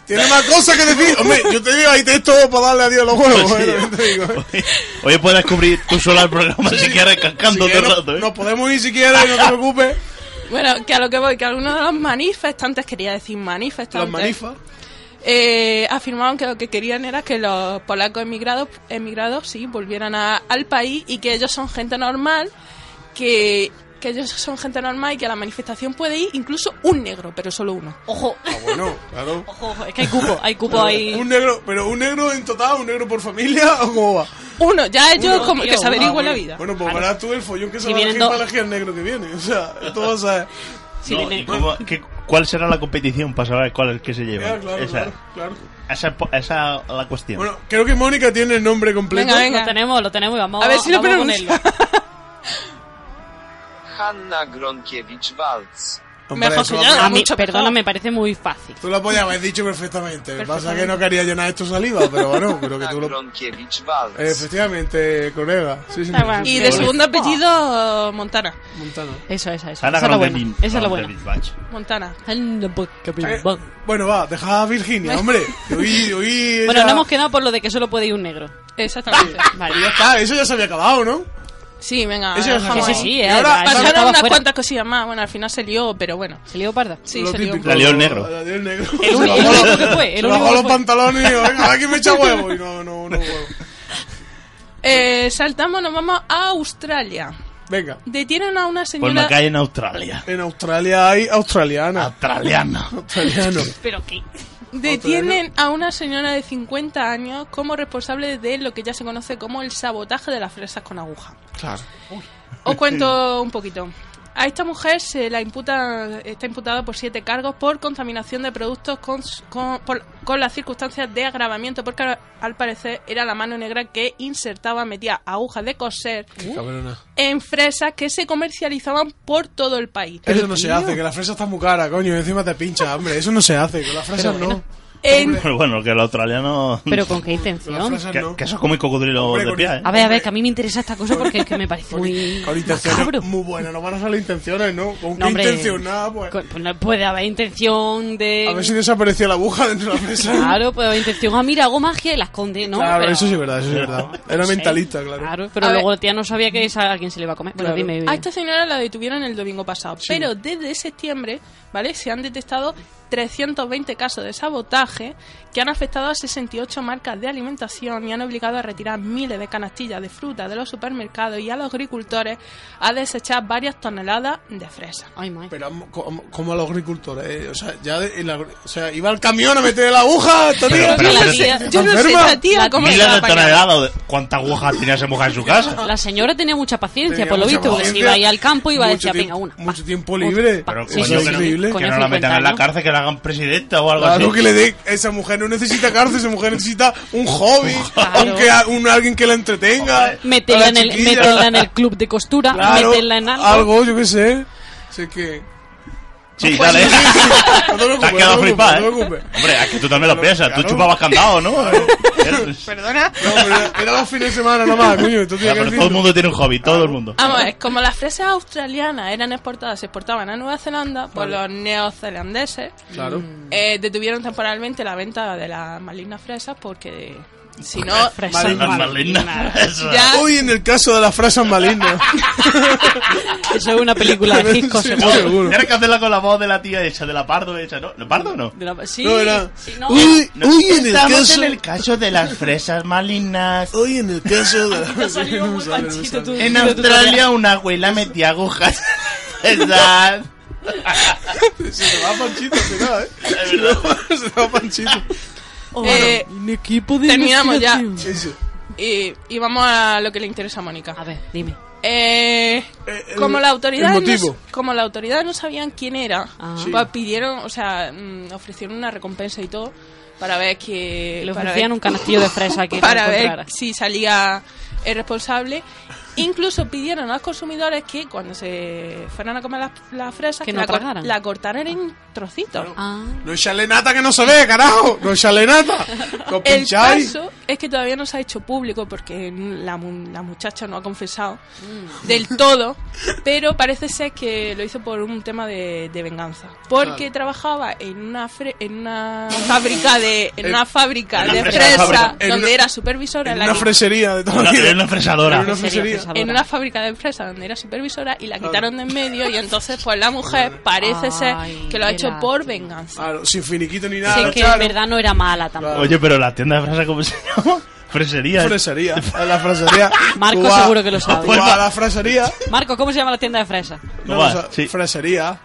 A: Tiene más cosas que decir. Hombre, yo te digo, ahí te todo para darle a Dios los huevos.
B: Sí.
A: eh, te digo, eh.
B: Oye, oye, puedes descubrir tú sola el programa si quieres,
A: Si
B: cascando todo
A: quieres,
B: el rato. ¿eh?
A: Nos podemos ir si quieres, no te preocupes.
D: Bueno, que a lo que voy, que algunos de los manifestantes, quería decir manifestantes,
A: Los manifas.
D: eh, afirmaron que lo que querían era que los polacos emigrados, emigrados sí, volvieran a- al país y que ellos son gente normal, que, que ellos son gente normal y que a la manifestación puede ir incluso un negro, pero solo uno.
C: Ojo,
A: Ah, bueno, claro.
C: ojo, ojo, es que hay cupo, hay cupo ahí.
A: Un negro, pero un negro en total, un negro por familia o cómo va?
D: Uno, ya ellos
C: Uno,
D: como
C: tío,
D: que se
C: uno,
D: averigüen
C: uno.
D: la vida.
A: Bueno, pues verás tú el follón que se
C: Si
A: va a
C: Ah, vienen
A: elegir
C: dos-
A: para elegir al negro que viene. O sea, tú vas a
B: No,
C: Sirene.
B: ¿y cómo- qué- ¿Cuál será la competición para saber cuál es el que se lleva?
A: Ya, claro,
B: esa,
A: claro, claro.
B: esa, po- esa es la cuestión.
A: Bueno, creo que Mónica tiene el nombre completo.
D: Venga, venga.
C: Lo tenemos, lo tenemos y vamos
D: A ver si lo
C: vamos a
D: pronuncia.
C: ponerlo.
G: Hanna Gronkiewicz-Waltz.
A: Hombre,
D: Mejor
A: eso
D: que
A: la-
D: ya.
C: A mí,
D: Mucho mejor.
C: Ah, perdona, me parece muy fácil.
A: Tú la podías haber dicho perfectamente. Lo que Pasa es que no quería llenar esto saliva, pero bueno, creo que
G: Hanna
A: tú lo... Eh,
G: Gronkiewicz-Waltz.
A: Efectivamente, colega. Sí, sí,
C: Ah, bueno.
A: sí,
D: Y
A: sí.
D: de segundo apellido, Montana.
A: Montano.
C: Eso, esa, esa.
B: Ana
C: Esa es la buena.
B: Grondelin-
C: Esa es la buena.
B: Grondelin-Bach.
D: Montana.
A: Eh, bueno, va, deja a Virginia, hombre. Que hoy, hoy ella-
C: Bueno, nos hemos quedado por lo de que solo puede ir un negro.
D: Exactamente.
C: Vale.
A: Y ya está, eso ya se había acabado, ¿no?
D: Sí, venga.
A: Eso es
D: dejamos
A: así.
D: ahí.
C: Ah. Sí, sí, sí.
A: Y
C: eh,
A: ahora
C: esa
A: pasaron
D: Pasaron
C: estaba
D: unas
C: fuera.
D: cuantas cosillas más. Bueno, al final se lió, pero bueno.
C: ¿Se lió parda?
D: Sí,
A: Lo
D: se lió.
A: típico.
B: Salió el negro.
A: Salió el negro.
C: El único- el único que fue, el
A: Se
C: único
A: bajó
C: que
A: los
C: fue.
A: pantalones y dijo, venga, aquí me echa huevo. Y no, no, no huevo.
D: Eh, saltamos, nos vamos a Australia.
A: Venga,
D: Detienen a una
B: Por
D: señora.
B: Mackay Pues en Australia.
A: en Australia hay
C: Ah.
A: australiana.
B: Australiana.
A: Australiano.
C: ¿Pero qué?
D: Detienen a una señora de 50 años como responsable de lo que ya se conoce como el sabotaje de las fresas con aguja.
A: Claro.
D: Os cuento un poquito. A esta mujer se la imputa, está imputada por siete cargos por contaminación de productos con, s- con, por- con las circunstancias de agravamiento, porque al- al parecer era la mano negra que insertaba, metía agujas de coser
A: Qué cabrona.
D: en fresas que se comercializaban por todo el país.
A: Eso no se hace, que la fresa está muy cara, coño. y Encima te pincha, hombre. Eso no se hace, que la fresa no.
D: En-
B: Pero bueno, que el australiano.
C: ¿Pero con qué
A: Que la
C: intención?
A: fresa
B: que,
A: no.
B: que eso es como el cocodrilo
A: Hombre,
B: de
A: con-
B: pie, ¿eh?
C: A ver, a ver, que a mí me interesa esta cosa porque es que me parece
A: Con,
C: muy.
A: con intenciones
C: macabro.
A: muy buenas, no van a salir intenciones, ¿no? Con
C: No,
A: qué
C: hombre.
A: intención, nada, pues. Eh,
C: Con- pues no puede haber intención de.
A: A ver si desapareció la aguja dentro de la fresa.
C: Claro, puede haber intención. Ah, mira, hago magia y la esconde, ¿no?
A: Claro,
C: Pero-
A: eso sí es verdad, eso sí es verdad. Era
C: no sé.
A: mentalista, claro.
C: Claro, pero
D: A ver.
C: luego la tía no sabía que esa- a quién se le iba a comer. Bueno,
A: Claro.
C: dime.
D: A esta señora la detuvieron el domingo pasado, pero desde septiembre, ¿vale? Se han detectado 320 casos de sabotaje que han afectado a 68 marcas de alimentación y han obligado a retirar miles de canastillas de fruta de los supermercados y a los agricultores a desechar varias toneladas de fresa.
C: Ay, madre.
A: Pero am- como, como a los agricultores, eh, o sea, ya de- el agri- o sea, iba al camión a meter la aguja, esto tío.
B: pero
A: ¿qué
C: la
A: haces?
C: tía-
A: ¿Estás
D: Yo no sé
A: enferma?
D: esta tía cómo se
B: Miles
D: la
B: de
D: apaña.
B: toneladas. de- ¿Cuántas agujas tenía esa mujer en su casa?
C: La señora tenía mucha paciencia,
A: Tenía
C: por lo
A: mucha
C: visto, porque se
A: paciencia,
C: iba a ir al campo y iba a
A: mucho
C: decir, venga,
A: tiempo-
C: una.
A: mucho
C: va,
A: tiempo
C: otra,
A: libre.
C: pa".
B: Pero
A: Sí,
B: coño,
A: sí,
B: que, no,
A: increíble.
B: que
C: Coño,
B: no la metan
C: 50
B: en la
C: años.
B: cárcel, que la hagan presidenta o algo
A: Claro
B: así.
A: que le dé, esa mujer no necesita cárcel, esa mujer necesita un hobby,
C: Claro.
A: aunque a- un alguien que la entretenga.
C: Meterla
A: a la
C: en, el,
A: chiquilla.
C: meterla en el club de costura,
A: Claro,
C: meterla en algo.
A: algo, yo qué sé. Sé que
B: Sí, dale.
A: No te preocupes,
B: Te has quedado
A: no te
B: flipado,
A: preocupes, no
B: ¿eh?
A: te preocupes.
B: Hombre, es que tú también lo
A: Claro,
B: piensas. Tú
A: claro.
B: chupabas candado, ¿no?
D: Perdona.
A: No, pero era- era los fines de semana nomás, coño, entonces
B: Ya,
A: hay que
B: pero todo el
A: decirlo.
B: mundo tiene un hobby, todo el mundo.
A: Ah,
D: Vamos, a ver, como las fresas australianas eran exportadas, se exportaban a Nueva Zelanda, por los neozelandeses
A: Claro.
D: Eh, detuvieron temporalmente la venta de las malignas fresas porque si no
C: Fresa,
B: Las
C: vale.
B: malignas. Eso.
D: ya
A: Ah. Hoy en el caso de las fresas malignas.
C: Eso es una película de disco,
A: Sí,
C: seguro.
A: seguro.
B: Tienes que hacerla con la voz de la tía hecha, de la pardo hecha, ¿no? ¿La pardo o no?
C: De la- Sí,
A: No, era.
C: sí, no.
A: Hoy, hoy en el
B: Estamos
A: caso.
B: en el caso de las fresas malignas.
A: Hoy en el caso de las
C: Te ha salido muy
A: No me sale, no me sale.
C: panchito tú.
B: En Australia una abuela metía agujas. ¿Verdad?
A: Se te va panchito, se te va, eh. Se te va- Se te va panchito.
D: eh,
C: Un equipo de
D: terminamos ya.
C: investigación.
A: Eso.
D: y, y vamos a lo que le interesa a Mónica
C: A ver, dime.
D: Eh,
A: Eh, el-
D: como la autoridad
A: el
D: no,
A: motivo.
D: como la autoridad no sabían quién era
C: Ah.
A: Sí.
D: pues pidieron o sea mm, ofrecieron una recompensa y todo para ver que
C: Le
D: para
C: ofrecían
D: ver-
C: un canastillo de fresa que no
D: para ver
C: encontrara.
D: si salía el responsable incluso pidieron a los consumidores que cuando se fueran a comer las, las fresas
C: Que
D: que
C: no
D: la, cor-
C: tragaran.
D: la cortaran en trocitos
C: Ah.
A: No echarle nata que no se ve, carajo. No echarle nata. Lo
D: El
A: pincháis.
D: caso es que todavía no se ha hecho público porque la, mu- la muchacha no ha confesado
C: Mm.
D: del todo, pero parece ser que lo hizo por un tema de, de venganza, porque trabajaba en una fre- en una fábrica de en
A: En-
D: una fábrica
B: en una
D: de
B: fresa-
D: fresa
A: fábrica. En
D: donde
A: una-
D: era supervisora
A: En
D: la
A: una
D: que-
A: fresería de toda
B: Una,
A: la vida.
B: era una fresadora.
A: Era una fresería.
C: fresadora.
D: en una fábrica de fresa donde era supervisora y la
A: Claro.
D: quitaron de en medio y entonces pues la mujer parece ser
C: Ay,
D: que lo ha
C: qué
D: hecho por
C: lástima.
D: venganza.
A: Claro, sin finiquito ni nada.
C: Sé que en
A: claro.
C: verdad no era mala tampoco.
B: Oye, pero la tienda de fresas, ¿cómo se llama? Fresería.
A: Fresería. A la fresería.
C: Marco
A: Tú vas-
C: seguro que lo sabe.
A: tú vas a la fresería.
C: Marco, ¿cómo se llama la tienda de fresa?
B: No,
A: No,
B: va,
A: o sea,
B: sí.
A: Fresería.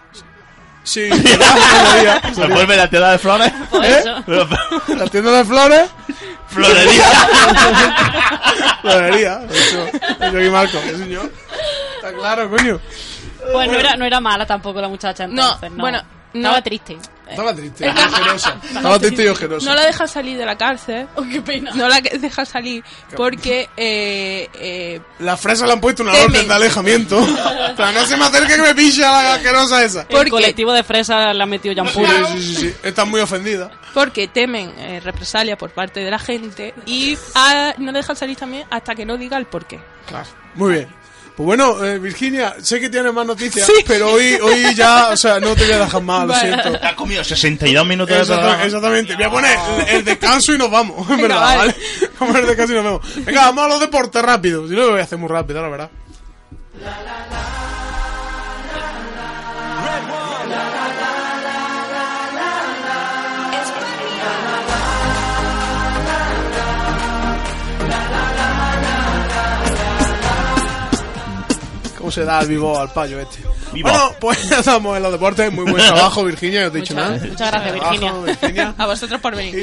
A: Sí, fresería,
B: Se
A: fresería.
B: vuelve la tienda de flores.
C: Por
A: ¿Eh?
C: eso.
A: La tienda de flores.
B: Florería.
A: Florería. Eso. Yo y Marco. Sí, señor. Está claro, coño.
C: Pues no era, no era mala tampoco la muchacha entonces. No,
D: No, bueno, no.
C: Estaba triste.
A: Estaba triste, ojerosa. Estaba triste y ojerosa.
D: No la dejan salir de la cárcel.
C: Oh, qué pena.
D: No la que- dejan salir porque eh, eh,
A: La fresa le han puesto una
D: Temen.
A: orden de alejamiento. Pero no se me acerque que me pilla la asquerosa esa.
C: El
D: Porque-
C: colectivo de fresa la ha metido ya en
A: Sí,
C: puro.
A: sí, sí, sí. Está muy ofendida.
D: porque temen eh, represalia por parte de la gente y ah, no la dejan salir también hasta que no diga el porqué.
A: Claro. Muy bien. Pues bueno, eh, Virginia, sé que tienes más noticias, pero hoy, hoy ya, o sea, no te voy a dejar más, lo
D: Vale.
A: siento.
B: Te has comido 62 minutos de
A: Exacta-
B: programa.
A: Exactamente, voy a poner el- el descanso y nos vamos, en verdad,
D: vale.
A: ¿vale? Vamos a poner el descanso y nos vamos. Venga, vamos a los deportes rápido, si no lo voy a hacer muy rápido, la verdad. ¿Cómo se da el vivo al payo este?
B: Vivo.
A: Bueno, pues ya estamos en los deportes. Muy buen trabajo, Virginia, no te he dicho nada.
C: Muchas, muchas gracias,
A: Trabajo,
C: Virginia.
A: Virginia.
D: A vosotros por venir.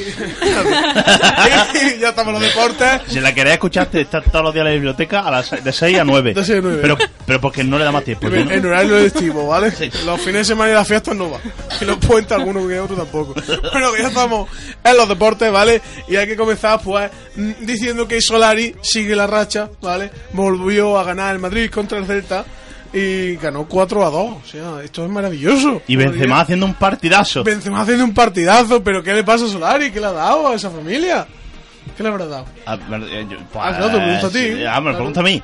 A: Y ya estamos en los deportes.
B: Si la queréis escuchar, te- está todos los días en la biblioteca a las, de 6 a 9.
A: De seis a nueve.
B: Pero, pero porque no le da más tiempo. ¿no?
A: En horario lectivo, ¿vale?
B: Sí.
A: Los fines de semana y las fiestas no va. Y los puentes alguno que otro tampoco. Bueno, que ya estamos en los deportes, ¿vale? Y hay que comenzar, pues, mm, diciendo que Solari sigue la racha, ¿vale? Volvió a ganar el Madrid contra el Celta y ganó 4 a 2. O sea, esto es maravilloso.
B: Y Benzema haciendo un partidazo.
A: Benzema haciendo un partidazo, pero ¿qué le pasa a Solari? ¿Qué le ha dado a esa familia? ¿Qué le habrá dado?
B: Ah, eh, yo-
A: Ah, claro, te pregunto a ti.
B: eh, Ah, me lo pregunta a mí.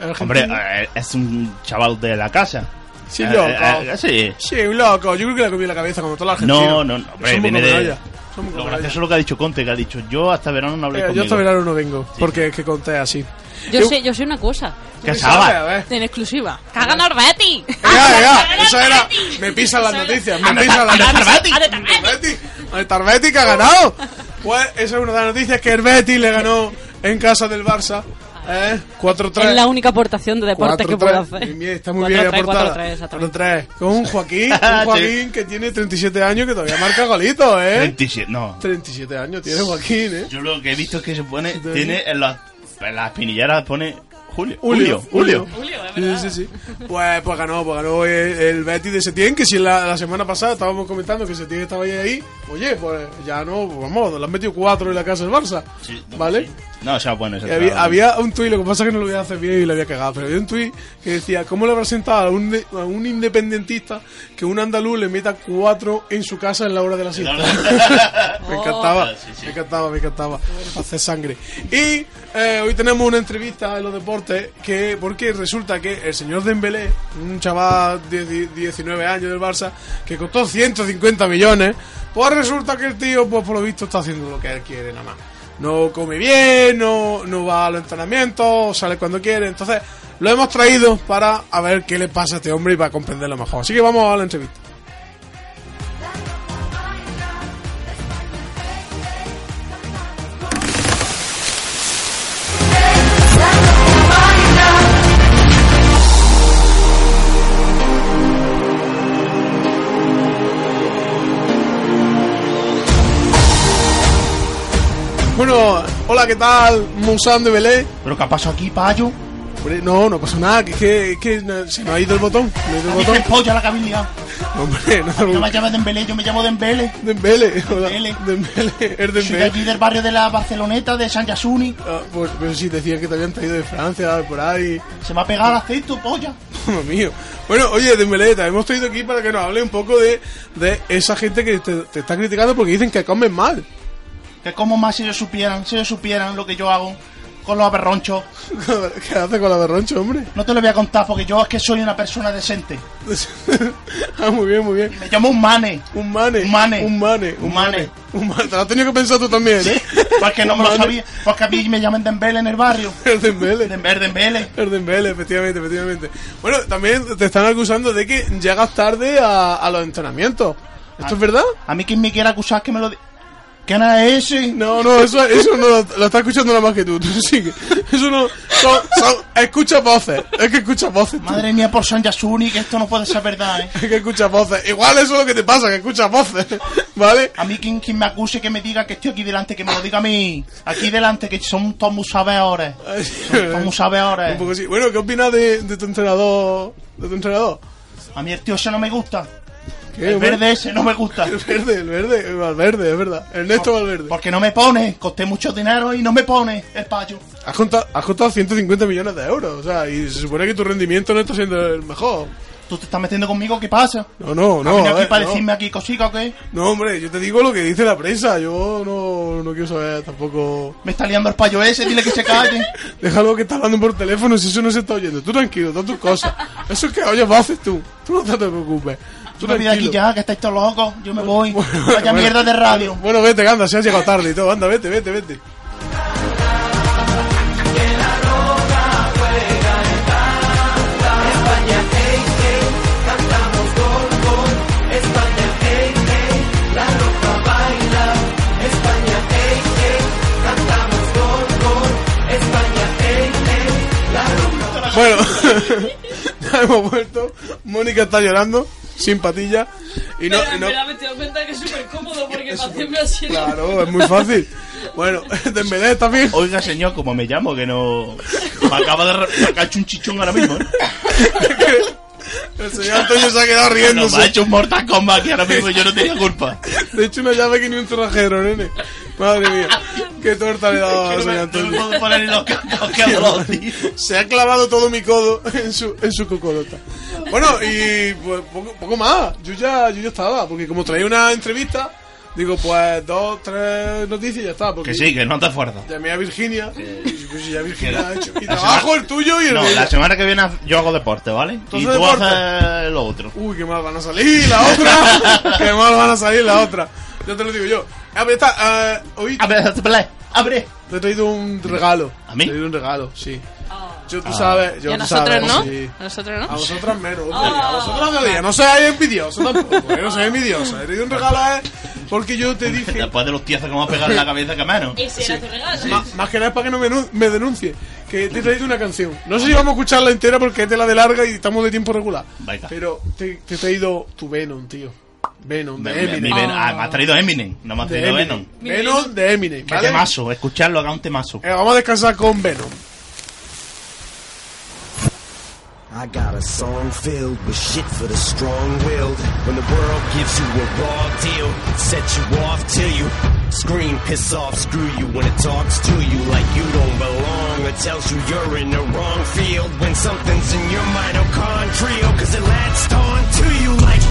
A: ¿El
B: Hombre,
A: argentino?
B: eh, es un chaval de la casa.
A: Sí,
B: Eh,
A: loco.
B: eh, eh, sí.
A: Sí, un loco. Yo creo que le comió la cabeza como toda la Argentina.
B: No, no, no, hombre,
A: Somos
B: viene de-
A: canallas, somos
B: Lo
A: canallas.
B: gracioso es lo que ha dicho Conte, que ha dicho, yo hasta verano no hablé
A: Eh,
B: conmigo.
A: yo hasta verano no vengo, porque es que conté así.
C: Yo
A: Eh,
C: sé, yo sé una cosa.
B: Que
A: ¿qué sabe?
B: sabe.
A: A ver.
D: En exclusiva.
C: ¡Que ha ganado el Betis!
A: Ya, ya, eso era. Me pisan las noticias,
B: Ah,
A: me pisan las
B: ¡Anda,
A: noticias.
B: Tarbati!
A: Betis, el Tarbeti que ha ganado. Pues esa es una de las noticias que el Betis le ganó en casa del Barça. ¿Eh? 4-3.
C: Es la única aportación de deporte que puedo
A: 4-3.
C: hacer.
A: Muy bien, Está muy bien aportada.
C: 4-3, exactamente.
A: 4-3. Con un Joaquín, un Joaquín que tiene 37 años que todavía marca golitos, ¿eh?
B: 27, no.
A: 37 años tiene Joaquín, ¿eh?
B: Yo lo que he visto es que se pone, tiene en las, en las pinilleras pone Julio.
A: Julio,
B: Julio, Julio.
A: Sí, sí, sí. Pues, pues ganó, pues ganó el, el Betis de Setién, que si la, la semana pasada estábamos comentando que Setién estaba ahí, ahí, oye, pues ya no, pues vamos, le han metido cuatro en la casa del Barça,
B: Sí, no,
A: ¿vale?
B: sí. No, o sea,
A: Y
B: bueno, ese
A: había,
B: trabajo.
A: había un tuit, lo que pasa es que no lo voy a hacer bien y lo había cagado, pero había un tuit que decía, ¿cómo le habrá sentado a un, de- a un independentista que un andaluz le meta cuatro en su casa en la hora de la siesta? me encantaba,
B: Ah, sí, sí.
A: me encantaba, me encantaba. Hace sangre. Y eh, hoy tenemos una entrevista en los deportes que porque resulta que el señor Dembélé, un chaval de die- 19 años del Barça, que costó 150 millones, pues resulta que el tío, pues por lo visto, está haciendo lo que él quiere nada más. No come bien, no, no va a los entrenamientos, sale cuando quiere. Entonces, lo hemos traído para a ver qué le pasa a este hombre y para comprenderlo mejor. Así que vamos a la entrevista. Bueno, hola, ¿qué tal? Musán de Belé.
B: Pero ¿qué ha pasado aquí, payo?
A: Hombre, No, no pasa nada, que, que, que no- se me ha ido el botón. No ha ido el
B: Dije
A: botón.
B: polla la cabilidad.
A: Hombre, no
B: No me llames Dembélé, yo me llamo Dembélé.
A: Dembele, hola.
B: Dembélé.
A: Dembele, es
B: Soy de
A: Dembele.
B: aquí del barrio de la Barceloneta, de San Yasuni.
A: Ah, pues, pero si decían que te habían traído de Francia, por ahí.
B: Se me ha pegado el acento, polla.
A: Mamma mío. Bueno, oye, Dembélé, te hemos traído aquí para que nos hable un poco de, de esa gente que te, te está criticando porque dicen que comes mal.
B: Que como más si ellos supieran, si ellos supieran lo que yo hago con los aberronchos.
A: ¿Qué haces con la berroncho, hombre?
B: No te lo voy a contar porque yo es que soy una persona decente.
A: ah, muy bien, muy bien.
B: Me llamo Mane.
A: Un mane.
B: Un mane.
A: Un mane. Un mane. Un mane. Te lo has tenido que pensar tú también, ¿eh?
B: Porque no
A: Un
B: me lo
A: mane.
B: sabía. Porque a mí me llaman Dembélé en el barrio.
A: Es Dembélé.
B: Dembélé, Dembélé.
A: El Dembélé, efectivamente, efectivamente. Bueno, también te están acusando de que llegas tarde a, a los entrenamientos. ¿Esto
B: Ah.
A: es verdad?
B: A mí quien me quiera acusar que me lo diga. ¿Quién es ese?
A: No, no, eso, eso no lo, lo está escuchando nada más que tú. Tú sigue. Eso no. son- son- escucha voces. Es que escucha voces. tú.
B: Madre mía, por San Yasuni, que esto no puede ser verdad, eh.
A: Es que escucha voces. Igual eso es lo que te pasa, que escuchas voces. ¿Vale?
B: A mí quien, quien me acuse que me diga que estoy aquí delante, que me lo diga a mí. Aquí delante, que son todos muy sabedores. Son todos muy
A: Un
B: sabedores.
A: poco así. Bueno, ¿qué opinas de, de tu entrenador? De tu entrenador.
B: A mí el tío ese no me gusta.
A: ¿Qué,
B: el
A: Eh, bueno?
B: verde ese no me gusta.
A: El verde, el verde, Valverde, es verdad. Ernesto Valverde.
B: Porque no me pone. Costé mucho dinero y no me pone el payo.
A: Has contado, has contado 150 millones de euros, o sea, y se supone que tu rendimiento no está siendo el mejor.
B: ¿Tú te estás metiendo conmigo? ¿Qué pasa?
A: No, no,
B: ¿Has
A: no.
B: venido
A: a
B: aquí
A: ver,
B: para
A: no.
B: decirme aquí cosica o qué?
A: No, hombre, yo te digo lo que dice la prensa. Yo no, no quiero saber tampoco.
B: Me está liando el payo ese, dile que se calle.
A: Déjalo que está hablando por teléfono si eso no se está oyendo. Tú tranquilo, da tus cosas. Eso es que oyes haces tú. Tú no te preocupes. Tú
B: Yo me voy de aquí
A: tranquilo.
B: ya, que estáis todos locos. Yo me voy. Vaya mierda de radio.
A: Bueno, vete, que anda, se has llegado tarde y todo. Anda, vete, vete, vete. Bueno, ya hemos vuelto. Mónica está llorando, sin patilla. Y no, y no-
C: me he dado cuenta que es súper cómodo porque para hacerme así.
A: Claro, es muy fácil. Bueno, Dembélé está bien.
B: Oiga, señor, como me llamo, que no. Me acaba de. re- Me ha hecho un chichón ahora mismo, ¿eh?
A: El señor Antonio se ha quedado
B: No, me ha
A: riéndose.
B: hecho un Mortal Kombat aquí ahora mismo, yo no tenía culpa.
A: De hecho, una llave que ni un trajero, nene. Madre mía. Qué torta le he dado al
B: no, me,
A: señor
B: no me
A: Antonio.
B: puedo poner en los campos que hablo, tío.
A: Se ha clavado todo mi codo en su, en su cocodota. Bueno, y pues poco, poco más. Yo ya, yo ya estaba, porque como traía una entrevista, digo, pues dos, tres noticias y ya está. Porque
B: Que sí, que no te fuerzas.
A: Llamé a Virginia. y pues ya Virginia
B: la-
A: ha hecho. Y
B: la
A: trabajo
B: semana-
A: el tuyo y el
B: No,
A: de ella.
B: la semana que viene haz- yo hago deporte, ¿vale? Y
A: haces
B: tú
A: deporte?
B: haces lo otro.
A: Uy, qué mal van a salir la otra. qué mal van a salir la otra. Ya te lo digo yo. A ver, está, eh, hoy
B: Abre, abre, abre.
A: te he traído un regalo.
B: ¿A
A: Te
B: mí? Ah.
A: he traído un regalo, sí. Yo tú sabes, yo
D: Y a
A: tú
D: nosotros
A: sabes,
D: no.
A: sí.
D: A nosotros
A: A
D: no.
A: vosotras menos, otro día, a vosotras otro día. No seáis envidiosos tampoco, eh, no seáis envidiosos. He traído un regalo eh, porque yo te dije,
B: Después de los tíos que me a pegar en la cabeza, que menos.
C: Ese era tu regalo.
B: pues,
A: ma- más que nada es para que no me, nu- me denuncie, que te he traído una canción. No sé si vamos a escucharla entera porque es de la de larga y estamos de tiempo regular.
B: Venga.
A: Pero te, te he traído tu Venom, tío. Venom,
B: Me-
A: de
B: me-
A: Eminem.
B: mi Ven- ah, me ha traído Eminem, no me ha
A: de
B: traído Venom.
A: Eminem. Venom de Eminem,
B: Qué
A: ¿vale?
B: temazo, escucharlo haga un temazo.
A: Eh, vamos a descansar con Venom.
F: I got a song filled with shit for the strong-willed. When the world gives you a raw deal, it sets you off till you scream, piss off, screw you when it talks to you like you don't belong or tells you you're in the wrong field. When something's in your mitochondrial, cause it latched on to you like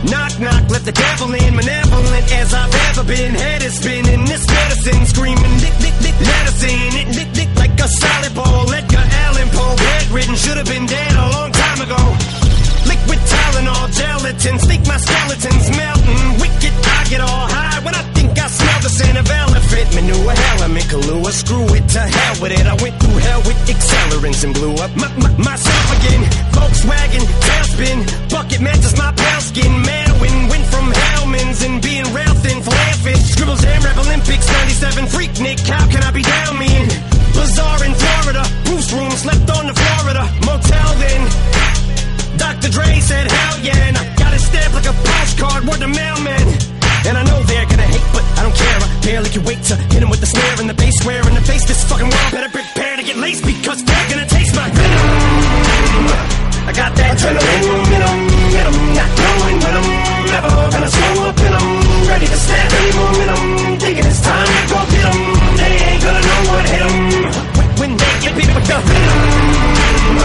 F: Knock, knock, let the devil in. Malevolent as I've ever been. Head is spinning, this medicine screaming. Dick, dick, dick, medicine. It, dick, dick, like a salad bowl. Edgar Allan Poe, bedridden. Should have been dead a long time ago. Liquid Tylenol, gelatin. Think my skeleton's melting. Wicked, I get all high when I think I smell the scent of elephant manure. Hell, I'm in Kahlua. Screw it, to hell with it. I went through hell with accelerants and blew up my, my, myself again. Volkswagen, tailspin. Bucket matches my pale skin. Manwin, went from Hellman's and being rail thin. Flailfish, scribbles, and rap Olympics. 97 freak Nick. How can I be down mean? Bazaar in Florida. Bruce room slept on the Florida. Motel then. Dr. Dre said, hell yeah, and I got it stamped like a postcard, word to mailman. And I know they're gonna hate, but I don't care. I barely can wait to hit 'em with the snare and the bass square in the face. This fucking world better prepare to get laced because they're gonna taste my venom. I got that adrenaline in 'em, in 'em, not knowing when I'm never gonna slow up in 'em. Ready to snap any momentum, thinking it's time to go get 'em. They ain't gonna know what hit 'em when- when they get beat with the venom.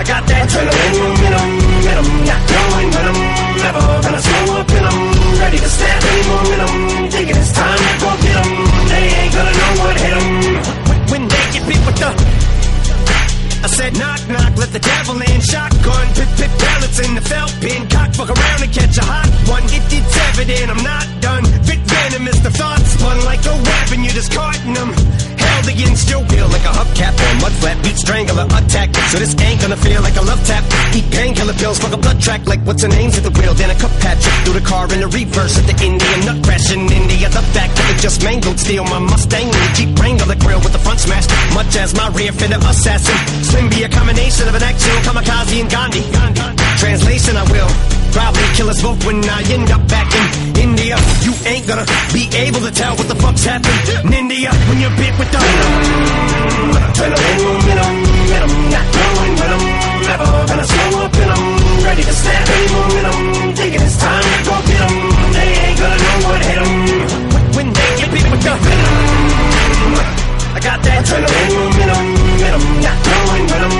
F: I got that adrenaline in 'em, in 'em, not knowing when I'm never gonna slow up in 'em. Ready to snap any momentum, thinking it's time to go get 'em. They ain't gonna know what hit 'em when- when they get beat with the I said knock knock, let the devil in. Shotgun, pip pip pellets in the felt bin. Cock fuck around and catch a hot one. It, it's evident I'm not done. Bit venomous, the thought spun like a weapon. You just carting them. Held against your will like a hubcap or a mud flap. Beat strangler attack. So this ain't gonna feel like a love tap. Eat painkiller pills, fuck a blood track. Like what's her name's at the wheel. Then a cup patch up through the car in the reverse at the Indian nut crash. And in the other back, it just mangled steel. My Mustang, and Jeep Wrangler, the grill with the front smash. Much as my rear fender assassin. Slim be a combination of an action, kamikaze, and Gandhi. Translation, I will. Probably kill us both when I end up back in India. You ain't gonna be able to tell what the fuck's happened in India when you're bit with the adrenaline. Momentum, momentum, not knowing when I'm never gonna slow up and I'm Adrenaline momentum, momentum, not knowing when I'm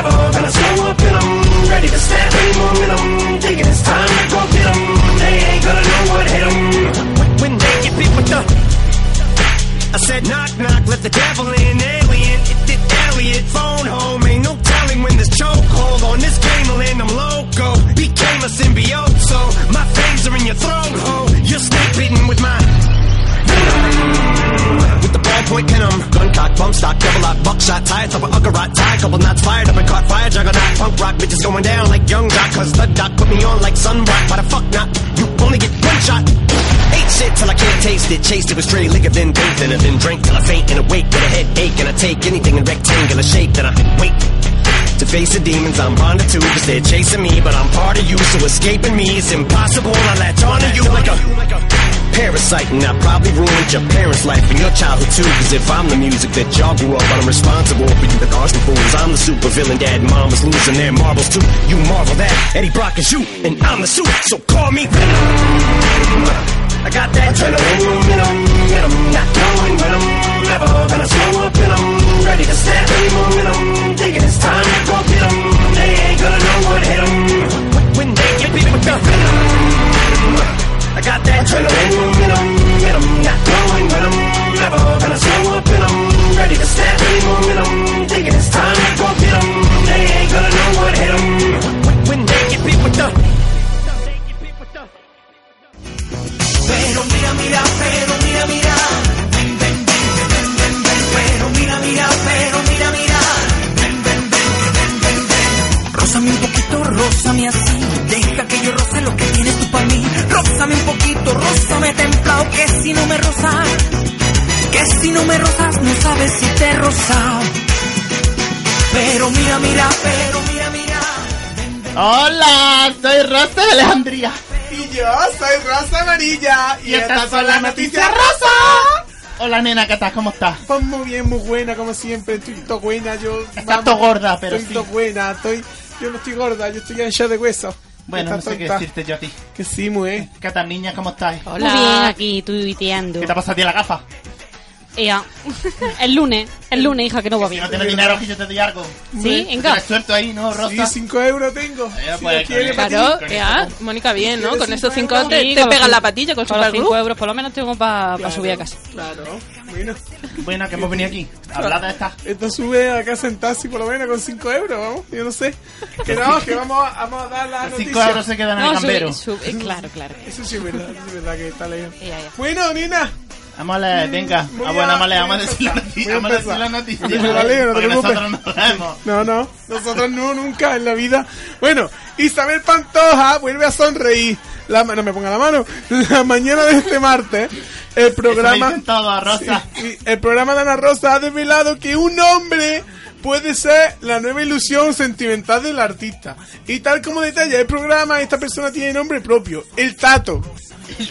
F: ever gonna slow up and I'm ready to snap. Hey, momentum, thinking it's time to go get 'em. They ain't gonna know what hit 'em. When they get beat with the I said knock knock, let the devil in, alien. It did Elliot, phone home, ain't no telling when this chokehold on this gameland. I'm loco, became a symbiote, so my fangs are in your throat, ho. You're snake bitten with my with the ballpoint pen 'em. Gun cock, bump stock, double lock, buckshot, tie up a ugger rot, tie, couple knots fired up and caught fire, juggernaut, punk rock, bitches going down like young doc, cause the doc put me on like sunrock, why the fuck not? You only get one shot. Ate shit till I can't taste it, chased it with stray liquor, then bathed in it, then drank till I faint and awake with a headache, and I take anything in rectangular shape, then I wait. To face the demons I'm bonded to, cause they're chasing me, but I'm part of you, so escaping me is impossible. I latch onto you like a parasite and I probably ruined your parents' life and your childhood too. Cause if I'm the music that y'all grew up on, I'm responsible for you, the Carson fools. I'm the super villain, dad and mom was losing their marbles too. You marvel that Eddie Brock is you, and I'm the suit, so call me Venom. I got that adrenaline, momentum, momentum, not knowing when I'm ever gonna slow up and I'm ready to snap any momentum. Thinking it's time to go get 'em. they ain't gonna know what hit 'em. When they get beat with the venom. I got that adrenaline momentum, momentum, not knowing when I'm never gonna slow up and I'm ready to snap any momentum. Thinking it's time to go get 'em. they ain't gonna know what hit 'em. When they get beat with the Pero mira, mira, pero mira, mira. Ven, ven, ven, ven, ven, ven, ven. Pero mira, mira, pero mira, mira. Ven, ven, ven, ven, ven, ven. Rózame un poquito, rózame así. Deja que yo roce lo que tienes tú para mí. Rózame un poquito, rózame templado. Que si no me rozas, que si no me rozas, no sabes si te he rozado. Pero mira, mira, pero mira, mira.
B: Hola, soy Rosa de Alejandría.
A: Y yo soy Rosa Amarilla
B: Y estas estas son son las las noticias noticias
A: rosa.
B: Hola, nena, ¿qué tal? ¿Cómo estás?
A: Pues muy bien, muy buena, como siempre. Estoy to buena, yo.
B: Estás
A: vamos,
B: to gorda, pero
A: Estoy
B: sí.
A: to buena, estoy. Yo no estoy gorda, yo estoy hecha de hueso.
B: Bueno,
A: Está
B: no sé qué
A: tonta. Oh,
B: decirte yo a ti.
A: Que sí, muy.
B: ¿Qué tal, niña? ¿Cómo estás?
C: Hola.
E: Muy bien, aquí tuiteando.
B: ¿Qué te ha pasado a ti en la gafa?
E: Ea. El lunes, el lunes, hija, que no va
B: Si
E: bien.
B: no tienes dinero, que yo te doy algo.
E: Sí,
B: Te
E: en
B: tienes
E: casa.
B: suelto ahí, ¿no, Rosa?
A: Sí, 5 euros tengo.
B: Eh,
A: si
B: pues,
A: lo quiere,
B: con-
A: para
D: Claro,
A: ti.
D: que ah, Mónica bien, ¿no? Con esos cinco
C: Sí,
D: te, te
C: con los
D: pegan
C: cin-
D: la patilla con
C: con los 5
D: superglue.
C: euros, por lo menos tengo para
A: Claro,
C: subir a casa.
A: Claro, bueno.
B: Bueno, que hemos venido aquí. Hablad de esta.
A: Esto sube acá en taxi por lo menos con 5 euros, vamos. Yo no sé. Que no, que vamos a, vamos a dar la noticia.
B: 5 euros se quedan en el
C: subir,
B: gambero.
C: subir, claro, claro.
A: Eso sí es verdad, eso sí es verdad que está leyendo.
C: Ya, ya.
A: Bueno, Nina.
B: Vamos a leer, venga. Ah,
A: Mm, voy
B: bueno,
A: a-
B: vamos a leer,
A: voy a
B: vamos a decir la
A: empezar, voy a
B: noticia. Vamos a decir la
A: empezar.
B: noticia.
A: Yo me la leo, no te
B: Porque
A: preocupes.
B: nosotros no leemos.
A: No, no, nosotros no, nunca en la vida. Bueno, Isabel Pantoja vuelve a sonreír. La, ma- no me ponga la mano. La mañana de este martes, el
B: Eso
A: programa.
B: me dicen todo, a Rosa.
A: Sí, el programa de Ana Rosa ha desvelado que un hombre puede ser la nueva ilusión sentimental del artista. Y tal como detalla el programa, esta persona tiene nombre propio, el Tato.
B: El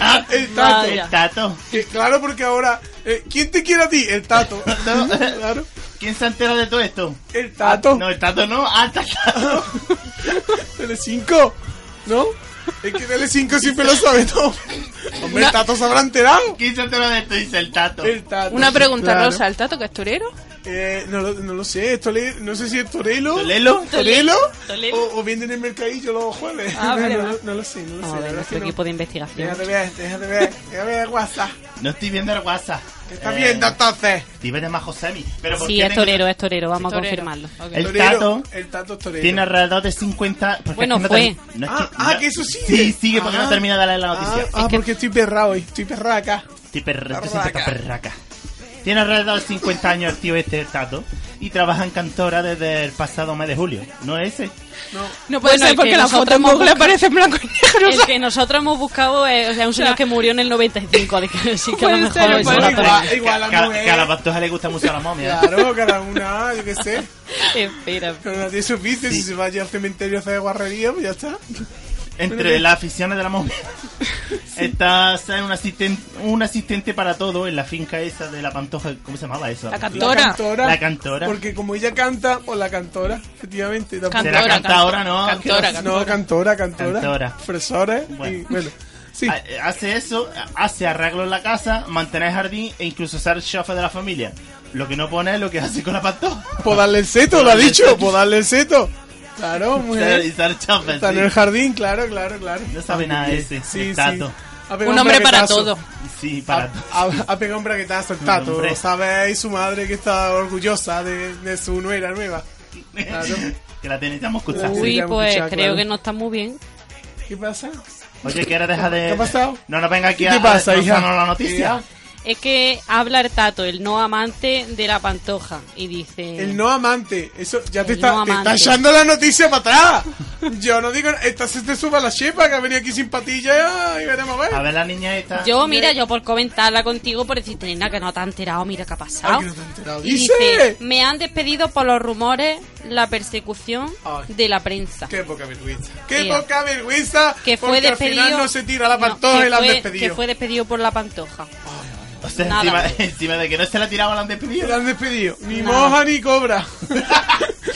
B: tato.
A: El tato.
B: El tato.
A: Que claro, porque ahora, eh, ¿quién te quiere a ti? El Tato.
B: No.
A: Claro,
B: ¿Quién se ha enterado de todo esto?
A: el Tato.
B: No, el tato no. Ah, Alta tato.
A: Tele5, ¿no? Es que Tele5 siempre lo sabe todo. Hombre, el Tato se habrá enterado.
B: ¿Quién se ha enterado de esto? Dice el tato.
A: El Tato.
D: Una pregunta,
A: Claro.
D: Rosa, ¿el tato casturero?
A: Eh, no, lo- no lo sé, esto le- no sé si es Torelo.
B: ¿Torelo?
A: ¿Torelo?
C: Torelo.
A: O, o venden en el mercadillo los jueves.
D: Ah,
A: no,
D: vale,
A: no,
D: Ah, vale. este
A: no lo sé, no lo sé.
E: A
A: la
E: ver,
A: verdad es que
E: nuestro
A: no.
E: equipo de investigación.
A: Déjate ver, déjate ver, déjate ver WhatsApp.
B: No estoy viendo el WhatsApp.
A: ¿Qué estás
B: Eh,
A: viendo entonces?
B: Estoy viendo más Josemi. Pero ¿por
E: Sí,
B: qué
E: es
B: tengo-
E: torero, es torero, vamos a
D: Torero.
E: confirmarlo.
D: Ok.
B: El
A: Torero,
B: tato
A: El Tato es Torero.
B: tiene alrededor de 50... porque
E: Bueno,
B: es que no
E: fue.
B: termi- no es
A: Ah,
B: que-
A: ah,
B: no-
A: que eso sigue.
B: Sí, sigue porque
A: Ah.
B: no termina de leer la
A: Ah,
B: noticia.
A: ah, porque estoy perrado hoy, estoy perrado acá.
B: Estoy perra, estoy
A: Perraca.
B: siempre tan perraca. Tiene alrededor de 50 años el tío este, el Tato, y trabaja en Cantora desde el pasado mes de julio. ¿No es ese?
D: No puede
E: Bueno,
D: ser
E: el
D: porque
E: que
D: la
E: nosotros
D: foto en
E: hemos
D: Google
E: buscado-
D: aparece en blanco y negro.
E: El que nosotros hemos buscado es o sea, un señor que murió en el 95, de que, así que a lo
D: Puede
E: mejor
D: ser,
E: eso
D: puede
E: la
A: ser.
E: tenemos.
A: Ah, igual la
B: Que a-
A: mujer.
B: Que a la pastoja le gusta mucho la momia.
A: Claro, cada una, yo qué sé.
E: Espera.
A: Cada una tiene sus vicios. Si se va allí al cementerio a hacer guarrería, pues ya está.
B: Entre las aficiones de la momia está ¿sabes? un, asistente, un asistente para todo en la finca esa de la pantoja. ¿Cómo se llamaba eso?
D: La
A: La
D: cantora.
A: cantora.
B: La cantora.
A: Porque como ella canta, o la cantora, efectivamente. tampoco-
B: Será
D: Cantora,
B: cantadora,
D: cantora,
B: ¿no?
D: cantora,
B: Que
A: No, cantora, cantora.
B: Cantora.
A: Fresores.
B: Bueno.
A: Y, bueno. Sí.
B: Ha- Ah, eh, Hace eso, hace arreglo en la casa, mantener el jardín e incluso ser chofer de la familia. Lo que no pone es lo que hace con la pastoja.
A: Por darle el seto, lo ha dicho, por darle el seto. Claro, muy
B: Ser- Y
A: bien.
B: ser chofer,
A: Está en
B: sí.
A: el jardín, claro, claro, claro.
B: No sabe nada ese, el tato.
A: Ha pegado
D: Un hombre para
A: braguetazo.
D: todo.
B: Sí, para
A: Ha,
B: todo.
A: ha- ha pegado un braguetazo el tato.
B: hombre.
A: ¿Sabes? Y su madre que está orgullosa de, de su nuera nueva. Claro.
B: que la necesitamos escuchar.
A: Sí,
C: Uy,
A: ya
C: pues
A: escuchaba,
C: creo
A: claro.
C: que no está muy bien.
A: ¿Qué pasa?
B: Oye, que ahora deja de.
A: ¿Qué ha pasado?
B: No nos venga aquí
A: ¿Qué
B: a
A: te pasa,
B: a
A: hija?
B: contarnos la noticia.
C: Es que habla el Tato, el no amante de la pantoja, y dice...
A: El no amante. Eso ya te
C: Eh, El
A: está,
C: no
A: te está
C: amante.
A: echando la noticia para atrás. Yo no digo. Esta se te suba la chepa que ha venido aquí sin patilla y veremos a ver.
B: A ver, la niña esta.
C: Yo, mira, yo por comentarla contigo, por decirte, nena, que no te has enterado, mira qué ha
A: Ay, Ah,
C: pasado.
A: que no te he enterado.
C: Y
A: Dice.
C: dice, me han despedido por los rumores, la persecución
A: Ay.
C: de la prensa.
A: Qué poca vergüenza. Qué
C: Ea.
A: poca vergüenza.
C: Que fue
A: porque
C: despedido...
A: Al final no se tira la
C: No,
A: pantoja
C: que
A: y la han
C: fue-
A: despedido.
C: Que fue despedido por la pantoja.
B: O sea,
C: nada.
B: encima, encima de que no se la tiraba, la han
A: La
B: despedido.
A: han despedido. Ni
C: Nada.
A: moja ni cobra.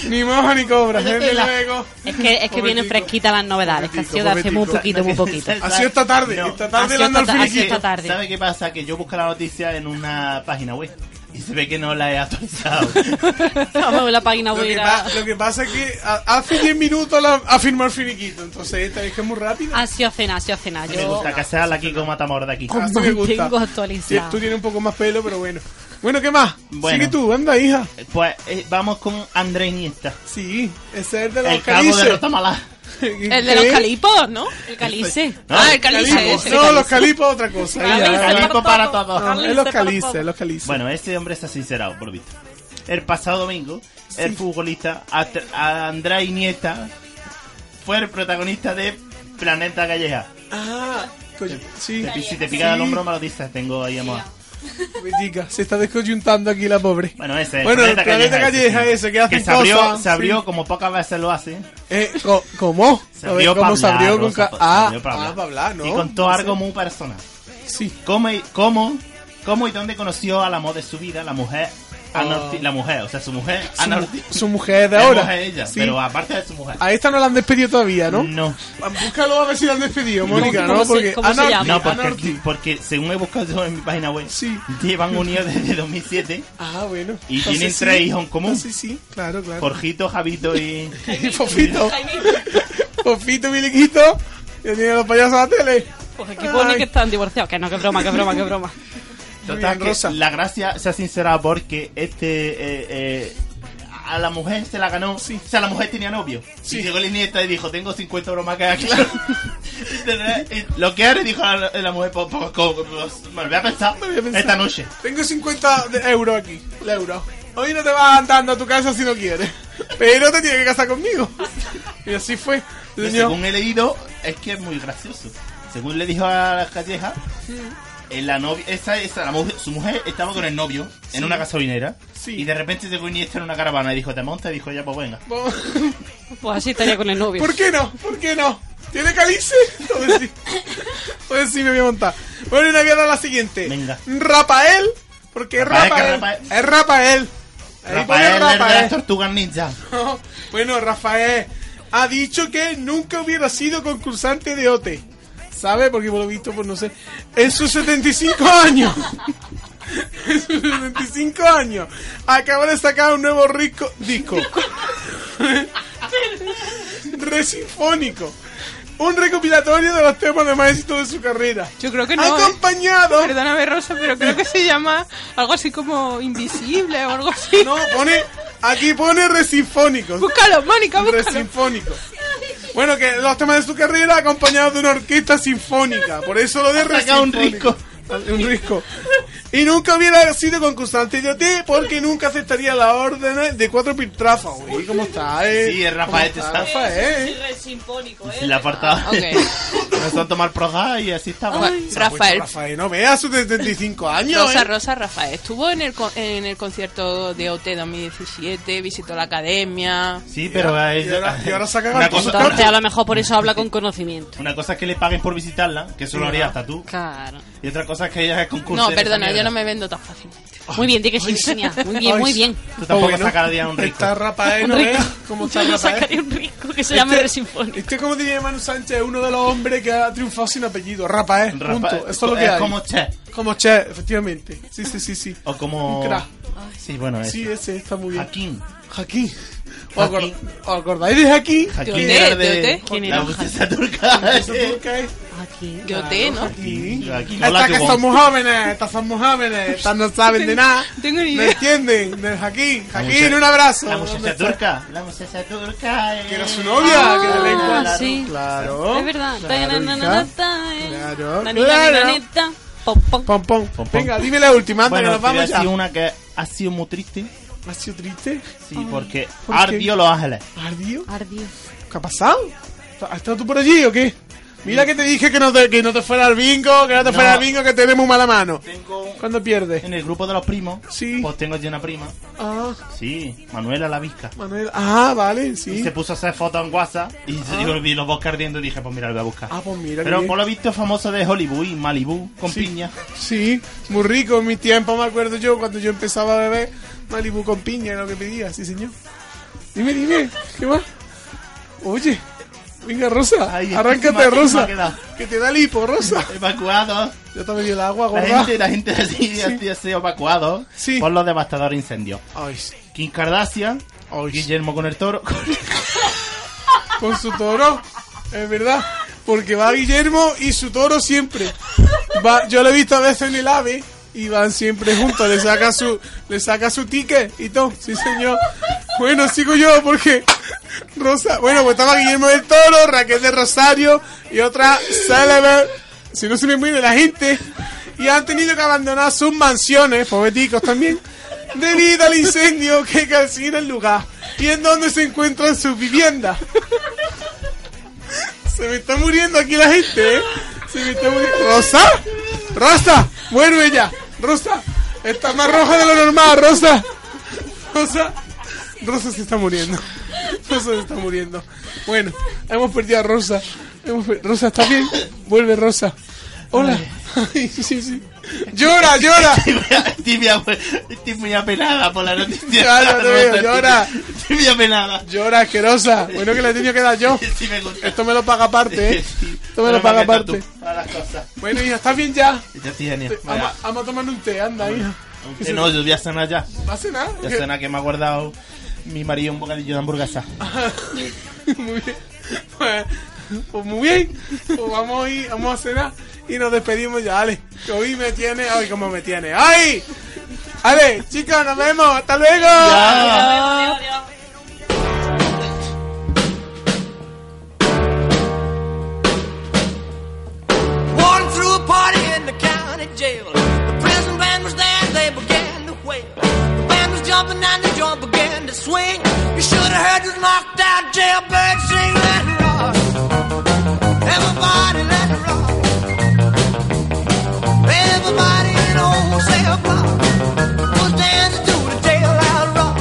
A: ni moja ni cobra.
B: Oye,
A: Desde
B: la-
A: luego.
C: Es que, es que vienen
A: Pobretico.
C: fresquitas las novedades, que ha sido de hace muy
A: Pobretico,
C: poquito, muy poquito.
A: Ha sido esta tarde.
B: No.
A: Esta tarde
C: Ha
A: le
C: sido
A: han dado
C: esta
A: el
C: ta- ha sido
A: finiquito.
C: esta tarde.
B: ¿Sabe qué pasa? Que yo busco la noticia en una página web y se ve que no la he actualizado.
C: Vamos a ver la página
A: Lo
C: voy a
A: que,
C: ir
A: pa-
C: a-
A: lo que pasa es que a- hace 10 minutos la, ha firmado el finiquito. Entonces esta vez que es muy rápida.
C: Ha sido cena, ha sido cena.
B: me
C: Yo
B: gusta que sea la Kiko Matamoros de aquí.
A: Así me gusta.
C: tengo
A: Sí,
C: actualizado.
A: tú tienes un poco más pelo, pero bueno. Bueno, ¿qué más?
B: Bueno.
A: Sigue tú, anda, hija.
B: Pues eh, vamos con André Iniesta.
A: Sí, ese es de los
B: El cabo de
A: calices.
B: Rotamalá.
D: El de los calipos, ¿no?
C: El calice.
B: No,
D: ah, el calice
A: Calipos.
D: ese.
A: No, los calipos otra cosa.
C: Calice
A: hija.
B: Calipo para
A: No,
B: todos.
A: es los calices, los calices.
B: Bueno, este hombre está sincerado, por lo visto. El pasado domingo, el futbolista At- André Iniesta fue el protagonista de Planeta Calleja.
A: Ah, coño, sí.
B: Te pi- si te pica el
A: Sí. pues,
B: hombro, me lo dices. Tengo ahí amor.
A: Chica, se está descoyuntando aquí la pobre.
B: Bueno, ese.
A: Bueno, el Planeta Calleja
B: sí.
A: ese, que hacen
B: se abrió,
A: cosas,
B: se abrió
A: sí.
B: como pocas veces lo hace.
A: Eh, co- ¿Cómo?
B: Se
A: A ver,
B: abrió
A: ¿Cómo
B: para
A: se abrió
B: hablar,
A: con
B: Rosa,
A: ca-
B: se
A: ah,
B: abrió
A: ah, para hablar, ¿no?
B: Y contó
A: No sé.
B: algo muy personal.
A: Sí.
B: ¿Cómo, y- cómo, cómo y dónde conoció al amor de su vida, la mujer Ana
A: Ah.
B: Ortiz- La mujer, o sea, su mujer
A: Su,
B: Ana
A: mu-
B: Ortiz.
A: su mujer de
B: La
A: ahora.
B: mujer ella,
A: Sí.
B: pero Mm, aparte de su mujer.
A: A esta no la han despedido todavía, ¿no?
B: No,
A: Búscalo a ver si la han despedido, Mónica,
C: ¿Cómo-
A: ¿no?
C: cómo se-
A: Porque
C: cómo se
A: Ana
C: llama?
A: Ortiz,
B: no, porque,
A: Ana Ortiz.
B: porque según he buscado yo en mi página web,
A: Sí.
B: llevan unidos desde 2007.
A: Ah, bueno.
B: Y tienen tres hijos en común.
A: Sí, sí, claro, claro.
B: Jorgito, Javito y...
A: Y Fofito. Fofito, miliquito. Ya tiene los payasos a la tele.
C: Pues aquí pone
A: Ay.
C: que están divorciados. Que no, que broma, que broma, que broma.
B: Total,
A: bien,
B: que
A: Rosa.
B: la gracia sea sincera porque este... eh, eh, a la mujer se la ganó.
A: Sí.
B: O sea, la mujer tenía novio.
A: Sí.
B: Y llegó la nieta y dijo, tengo 50 euros más que aquí. Y eh, Lo que ahora dijo la, la mujer, pues, pues, pues, me lo voy a pensar
A: Me voy a pensar.
B: esta noche.
A: Tengo 50 de euros aquí. El euro. Hoy no te vas andando a tu casa si no quieres. Pero te tienes que casar conmigo. Y así fue.
B: Pero
A: Señor.
B: según he leído, es que es muy gracioso. Según le dijo a la calleja, eh, la novia, esa, esa, la mu- su mujer estaba con el novio en una gasolinera
A: Sí.
B: y de repente llegó Iniesta en una caravana y dijo, te monta y dijo, ya pues venga.
A: Vamos.
C: Pues así estaría con el novio.
A: ¿Por qué no? ¿Por qué no? ¿Tiene calice? Entonces sí. Entonces sí me voy a montar. Bueno, y le voy a dar la siguiente.
B: Venga.
A: Rafael. Porque es
B: Rafael, que
A: Rafael.
B: Rafael.
A: Es Rafael. Ahí pone
B: Rafael, el de las tortugas ninja.
A: No. Bueno, Rafael ha dicho que nunca hubiera sido concursante de OTE. ¿Sabe? Porque por lo visto, pues no sé. En sus 75 años. En sus 75 años. Acaba de sacar un nuevo rico, disco. Resinfónico. Un recopilatorio de los temas de más éxito de su carrera.
D: Yo creo que no. ¿eh?
A: Acompañado.
D: Perdóname, Rosa, pero creo que se llama algo así como invisible o algo así.
A: No, pone. Aquí pone resinfónico.
D: Búscalo, Mónica,
A: Hombre
D: búscalo.
A: sinfónico. Bueno, que los temas de su carrera acompañados de una orquesta sinfónica. Por eso lo de
B: sacado un
A: resinfónico. Un risco. Y nunca hubiera sido concursante de OT porque nunca aceptaría las órdenes de cuatro piltrafas. Uy, ¿cómo está? Eh?
B: Sí, es Rafael,
A: ¿Cómo está,
B: te está-
A: Rafael, eh?
B: La apartada.
D: ok.
B: Empezó a tomar proja y así estaba.
D: Ay,
A: Se ha puesto
D: Rafael.
A: Pues, Rafael, no veas sus 75 años.
D: Rosa,
A: eh.
D: Rosa, Rafael. Estuvo en el, con- en el concierto de OT 2017, visitó la academia.
B: Sí, pero es-
A: y ahora- y ahora saca
B: una,
A: Gatos.
B: cosa,
C: Entonces, a lo mejor por eso habla con conocimiento.
B: una cosa es que le paguen por visitarla, que eso lo haría hasta tú.
C: Claro.
B: Y otra cosa es que ella es concurso.
D: No, perdona, yo no me vendo tan fácilmente.
C: Muy bien, di que sí, Sonia. Muy bien,
A: Ay,
C: muy
A: sí.
C: bien.
B: Tú tampoco
A: Bueno,
B: sacarías un rico.
A: Está Rafael, ¿no
C: rico.
A: ves? ¿Cómo está
C: Yo
A: Rafael?
C: sacaría un rico que se llame
A: Este-
C: Resinfónico.
A: Este, como diría Manu Sánchez, es uno de los hombres que ha triunfado sin apellido. Rapael,
B: Rafa-
A: punto. Esto es lo que hay.
B: como Che.
A: Como Che, efectivamente. Sí, sí, sí, sí.
B: O como.
A: Un crack.
B: Sí, bueno, es.
A: Sí, ese está muy bien.
B: Joaquín.
A: Jaquín. ¿Os, acor-
B: Jaquín.
A: os acordáis de Jaquín?
B: Joaquín
D: Teoté,
B: era de-
D: Teoté.
C: ¿Quién
B: La
C: era
B: princesa turca.
A: Jaquín.
D: Yo te, ¿no?
A: Jaquín.
B: Joaquín, hola,
A: Estas
B: qué
A: que
B: bon-
A: somos jóvenes, estas somos jóvenes, estas no saben de nada.
D: Tengo ni
A: No
D: idea.
A: entienden, del Jaquín.
B: La
A: Jaquín,
B: mucha-
A: un abrazo.
B: La muchacha turca. La muchacha turca. eh.
A: Que era su novia, que la lengua.
C: Ah, sí.
A: Claro.
C: Es verdad.
A: Claro, hija.
C: eh.
A: Claro, claro.
C: Claro.
A: Pom, pom.
B: Pom, pom.
A: Venga, dime la última antes
B: Bueno,
A: que nos
B: te voy a
A: vamos ya.
B: decir una que ha sido muy triste.
A: ¿Ha sido triste?
B: Sí, porque
A: ¿por qué?
B: ardió Los Ángeles.
A: ¿Ardido?
E: Ardió.
A: ¿Qué ha pasado? ¿Has estado tú por allí o qué? Mira que te dije que no te, que no te fuera al bingo, que no te
B: No.
A: fuera al bingo, que te muy mala mano.
B: Tengo un-
A: ¿Cuándo pierdes?
B: En el grupo de los primos.
A: Sí.
B: Pues tengo yo una prima.
A: Ah,
B: Sí, Manuela la Vizca.
A: Manuel. Ah, vale,
B: Y
A: sí.
B: se puso a hacer fotos en WhatsApp y yo vi los bosques ardiendo y dije, pues mira, lo voy a buscar.
A: Ah, pues mira.
B: Pero
A: qué
B: por
A: bien.
B: lo visto es famoso de Hollywood y Malibu con
A: Sí.
B: piña.
A: Sí, muy rico en mi tiempo, me acuerdo yo, cuando yo empezaba a beber Malibu con piña, era lo que pedía, sí señor. Dime, dime, ¿qué más? Oye, venga Rosa,
B: Ay, encima-
A: arráncate
B: encima
A: Rosa,
B: ha quedado.
A: que te da lipo, Rosa.
B: Evacuados.
A: Ya te ha venido el agua,
B: La
A: gorda.
B: gente, la gente de Siria ha sido evacuado
A: Oh, Sí.
B: por los devastadores incendios.
A: Ay, sí.
B: Kim Kardashian,
A: Ay, sí.
B: Guillermo con el toro.
A: con su toro, es verdad. Porque va Guillermo y su toro siempre. Va, yo lo he visto a veces en el AVE y van siempre juntos. Le saca su, le saca su ticket y todo. Sí, señor. Bueno, sigo yo porque Rosa. Bueno, pues estaba Guillermo del Toro, Raquel de Rosario y otra célebre. Si no se me muere la gente. Y han tenido que abandonar sus mansiones, pobreticos también, debido al incendio que calcina el lugar y en donde se encuentran sus viviendas. Se me está muriendo aquí la gente, ¿eh? Se me está muriendo. ¡Rosa! ¡Rosa! ¡Vuelve ya! ¡Rosa! Está más roja de lo normal, Rosa. Rosa. Rosa se está muriendo. Rosa se está muriendo. Bueno, hemos perdido a Rosa. Hemos per- Rosa, ¿está bien? Vuelve, Rosa. Hola. Ay, sí, sí. Llora, llora.
B: estoy, muy, ape- estoy muy apenada por la noticia.
A: Claro, te veo,
B: Estoy-
A: llora.
B: Estoy muy apenada.
A: Llora, asquerosa. Bueno, que la he tenido que dar yo.
B: Sí, me gusta.
A: Esto me lo paga aparte, ¿eh? Esto me
B: Menos
A: lo
B: mal
A: paga
B: que estás
A: aparte.
B: tú para las cosas.
A: Bueno, hija, ¿estás bien ya?
B: Ya estoy genial. Vaya.
A: Vamos vamos a tomar un té, anda, hija.
B: Aunque no, yo voy a cenar ya.
A: ¿Va a cenar?
B: Ya cena que me ha guardado mi marido un bocadillo de hamburguesa.
A: Muy bien. Pues, pues muy bien. Pues vamos a ir, vamos a cenar y nos despedimos ya, Ale. Que hoy me tiene, ay, cómo me tiene. ¡Ay! Ale, chicos, nos vemos. ¡Hasta luego! Ah.
D: Ah,
H: Warden threw a party in the county jail. The prison band was there, they began to wail. The band was jumping and the joint began to swing. You should have heard this knocked out jailbird sing, let it rock. Everybody, let it rock. Everybody in the whole cell block was dancing to the jail out rock.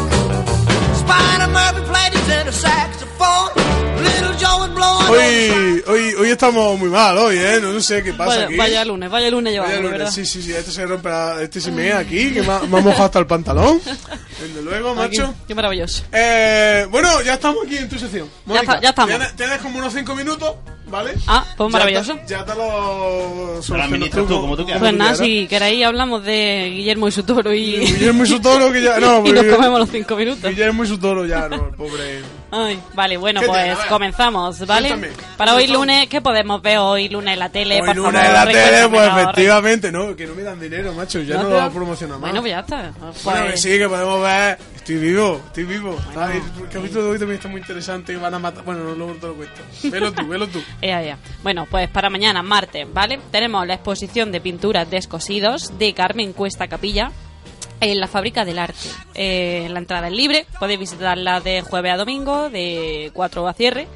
H: Spider Murphy played his inner saxophone. Little Joe was blowing on the sax.
A: Hoy, hoy, hoy estamos muy mal, hoy, ¿eh? No, no sé qué pasa
C: Vaya,
A: aquí.
C: vaya lunes, vaya lunes
A: Vaya
C: llevamos,
A: lunes.
C: ¿verdad?
A: Sí, sí, sí, este se rompe, la- este se mea aquí, que me ha, me ha mojado hasta el pantalón. Desde luego,
C: Aquí.
A: macho.
C: Qué maravilloso.
A: Eh, bueno, ya estamos aquí en tu sección. Mónica,
C: está- ya estamos.
A: Tienes, tienes como unos 5 minutos, ¿vale?
C: Ah, pues maravilloso.
A: Ya te, ya te lo solucionas
B: administras tú, como tú quieras.
C: Pues nada,
A: quieras.
C: si queréis hablamos de Guillermo y su toro y,
A: Guillermo y su toro que ya. No,
C: y nos
A: porque-
C: comemos los cinco minutos.
A: Guillermo y su toro ya, no, el pobre.
C: Ay, vale, bueno,
A: ¿Qué
C: pues
A: tiene? A ver.
C: comenzamos, ¿vale?
A: Cuéntame.
C: Para hoy
A: Cuéntame.
C: lunes, ¿qué podemos ver hoy lunes en la tele?
A: Hoy
C: por
A: lunes
C: favor,
A: en la tele, pues
C: recuérdanos,
A: efectivamente, no, que no me dan dinero, macho, ya no,
C: recuérdanos.
A: lo va a promocionar más.
C: Bueno, pues ya está. Pues,
A: Bueno, que sí, que podemos ver. Estoy vivo, estoy vivo. Ay, el capítulo de hoy también está muy interesante y van a matar. Bueno, no, luego te lo cuento. Velo tú, velo tú.
C: Ea, ea. Bueno, pues para mañana, martes, ¿vale? Tenemos la exposición de pinturas descosidos de Carmen Cuesta Capilla en la Fábrica del Arte. Eh, la entrada es libre, podéis visitarla de jueves a domingo, de 4 a cierre,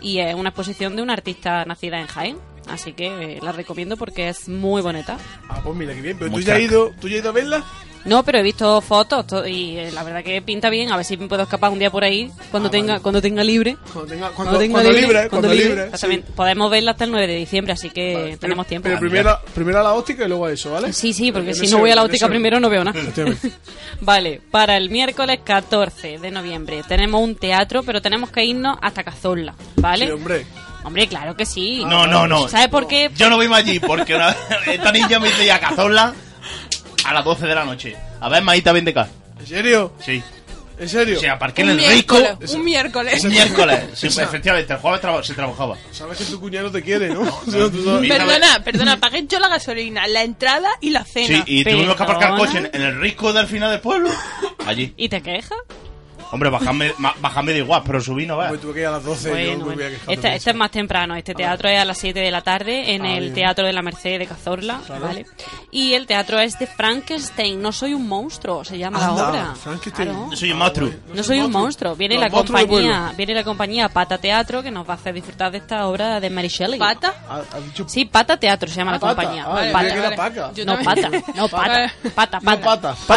C: y es una exposición de una artista nacida en Jaén. Así que eh, la recomiendo porque es muy bonita.
A: Ah, pues mira, que bien. Pero tú
B: Muy
A: ya, has
B: crack.
A: ido, tú ya has ido a verla.
C: No, pero he visto fotos to- y eh, la verdad que pinta bien. A ver si me puedo escapar un día por ahí cuando tenga cuando tenga libre.
A: Cuando tenga, cuando, cuando libre, cuando libre. sí.
C: Exactamente. Podemos verla hasta el 9 de diciembre, así que
A: Vale, pero-
C: Eh, tenemos tiempo.
A: Pero primero, primero a la óptica y luego a eso, ¿vale?
C: Sí, sí, porque
A: En
C: si
A: ese
C: no voy a la
A: orden, en
C: óptica
A: ese
C: primero no veo nada.
A: Efectivamente.
C: vale, para el miércoles 14 de noviembre tenemos un teatro, pero tenemos que irnos hasta Cazorla, ¿vale?
A: Sí, hombre.
C: Hombre, claro que sí.
B: No, no, no.
C: ¿Sabes por qué?
B: Yo no voy más allí porque una, esta niña me dice a cazorla a las 12 de la noche. A ver, Maíta, vente acá.
A: ¿En serio?
B: Sí.
A: ¿En serio?
B: O sea, aparqué en
D: Un
B: el rico
D: miércoles. Un miércoles.
B: un miércoles. Sí,
A: Esa-
B: efectivamente, el jueves traba- se trabajaba.
A: Sabes que tu cuñado te quiere, ¿no? O sea, tú sabes.
B: Mira,
D: Perdona, perdona, pagué yo la gasolina, la entrada y la
B: Sí,
D: cena.
B: y tuvimos que aparcar
C: Perdona.
B: coche en, en el risco del final del pueblo. Allí.
C: ¿Y te quejas?
B: Hombre, bajadme, ma- bajadme de igual, pero subí no va.
A: Hombre, tuve que ir a las 12 yo
C: Bueno,
A: me voy
C: bueno.
A: a quejar
C: Este,
A: de
C: este es
A: eso.
C: más temprano. Este teatro es a las 7 de la tarde en
A: Ah,
C: el
A: bien.
C: Teatro de la Merced de Cazorla. ¿vale? Y el teatro es de Frankenstein. No soy un monstruo, se llama
A: Anda,
C: la obra.
A: Frankenstein.
C: Claro.
B: Soy un monstruo.
C: No soy un monstruo. Viene
A: Los
C: la
A: monstruos del
C: compañía,
A: pueblo.
C: viene la compañía Pata Teatro que nos va a hacer disfrutar de esta obra de Mary Shelley.
D: ¿Pata?
A: Ah, ¿Has dicho
C: Sí, Pata Teatro se llama la
A: Pata.
C: compañía.
A: Ah, yo
C: Pata.
A: creía que era paca.
D: Yo
C: No, pata,
D: también.
C: no, pata,
D: Vale.
C: pata, pata.
A: No, pata. Pata,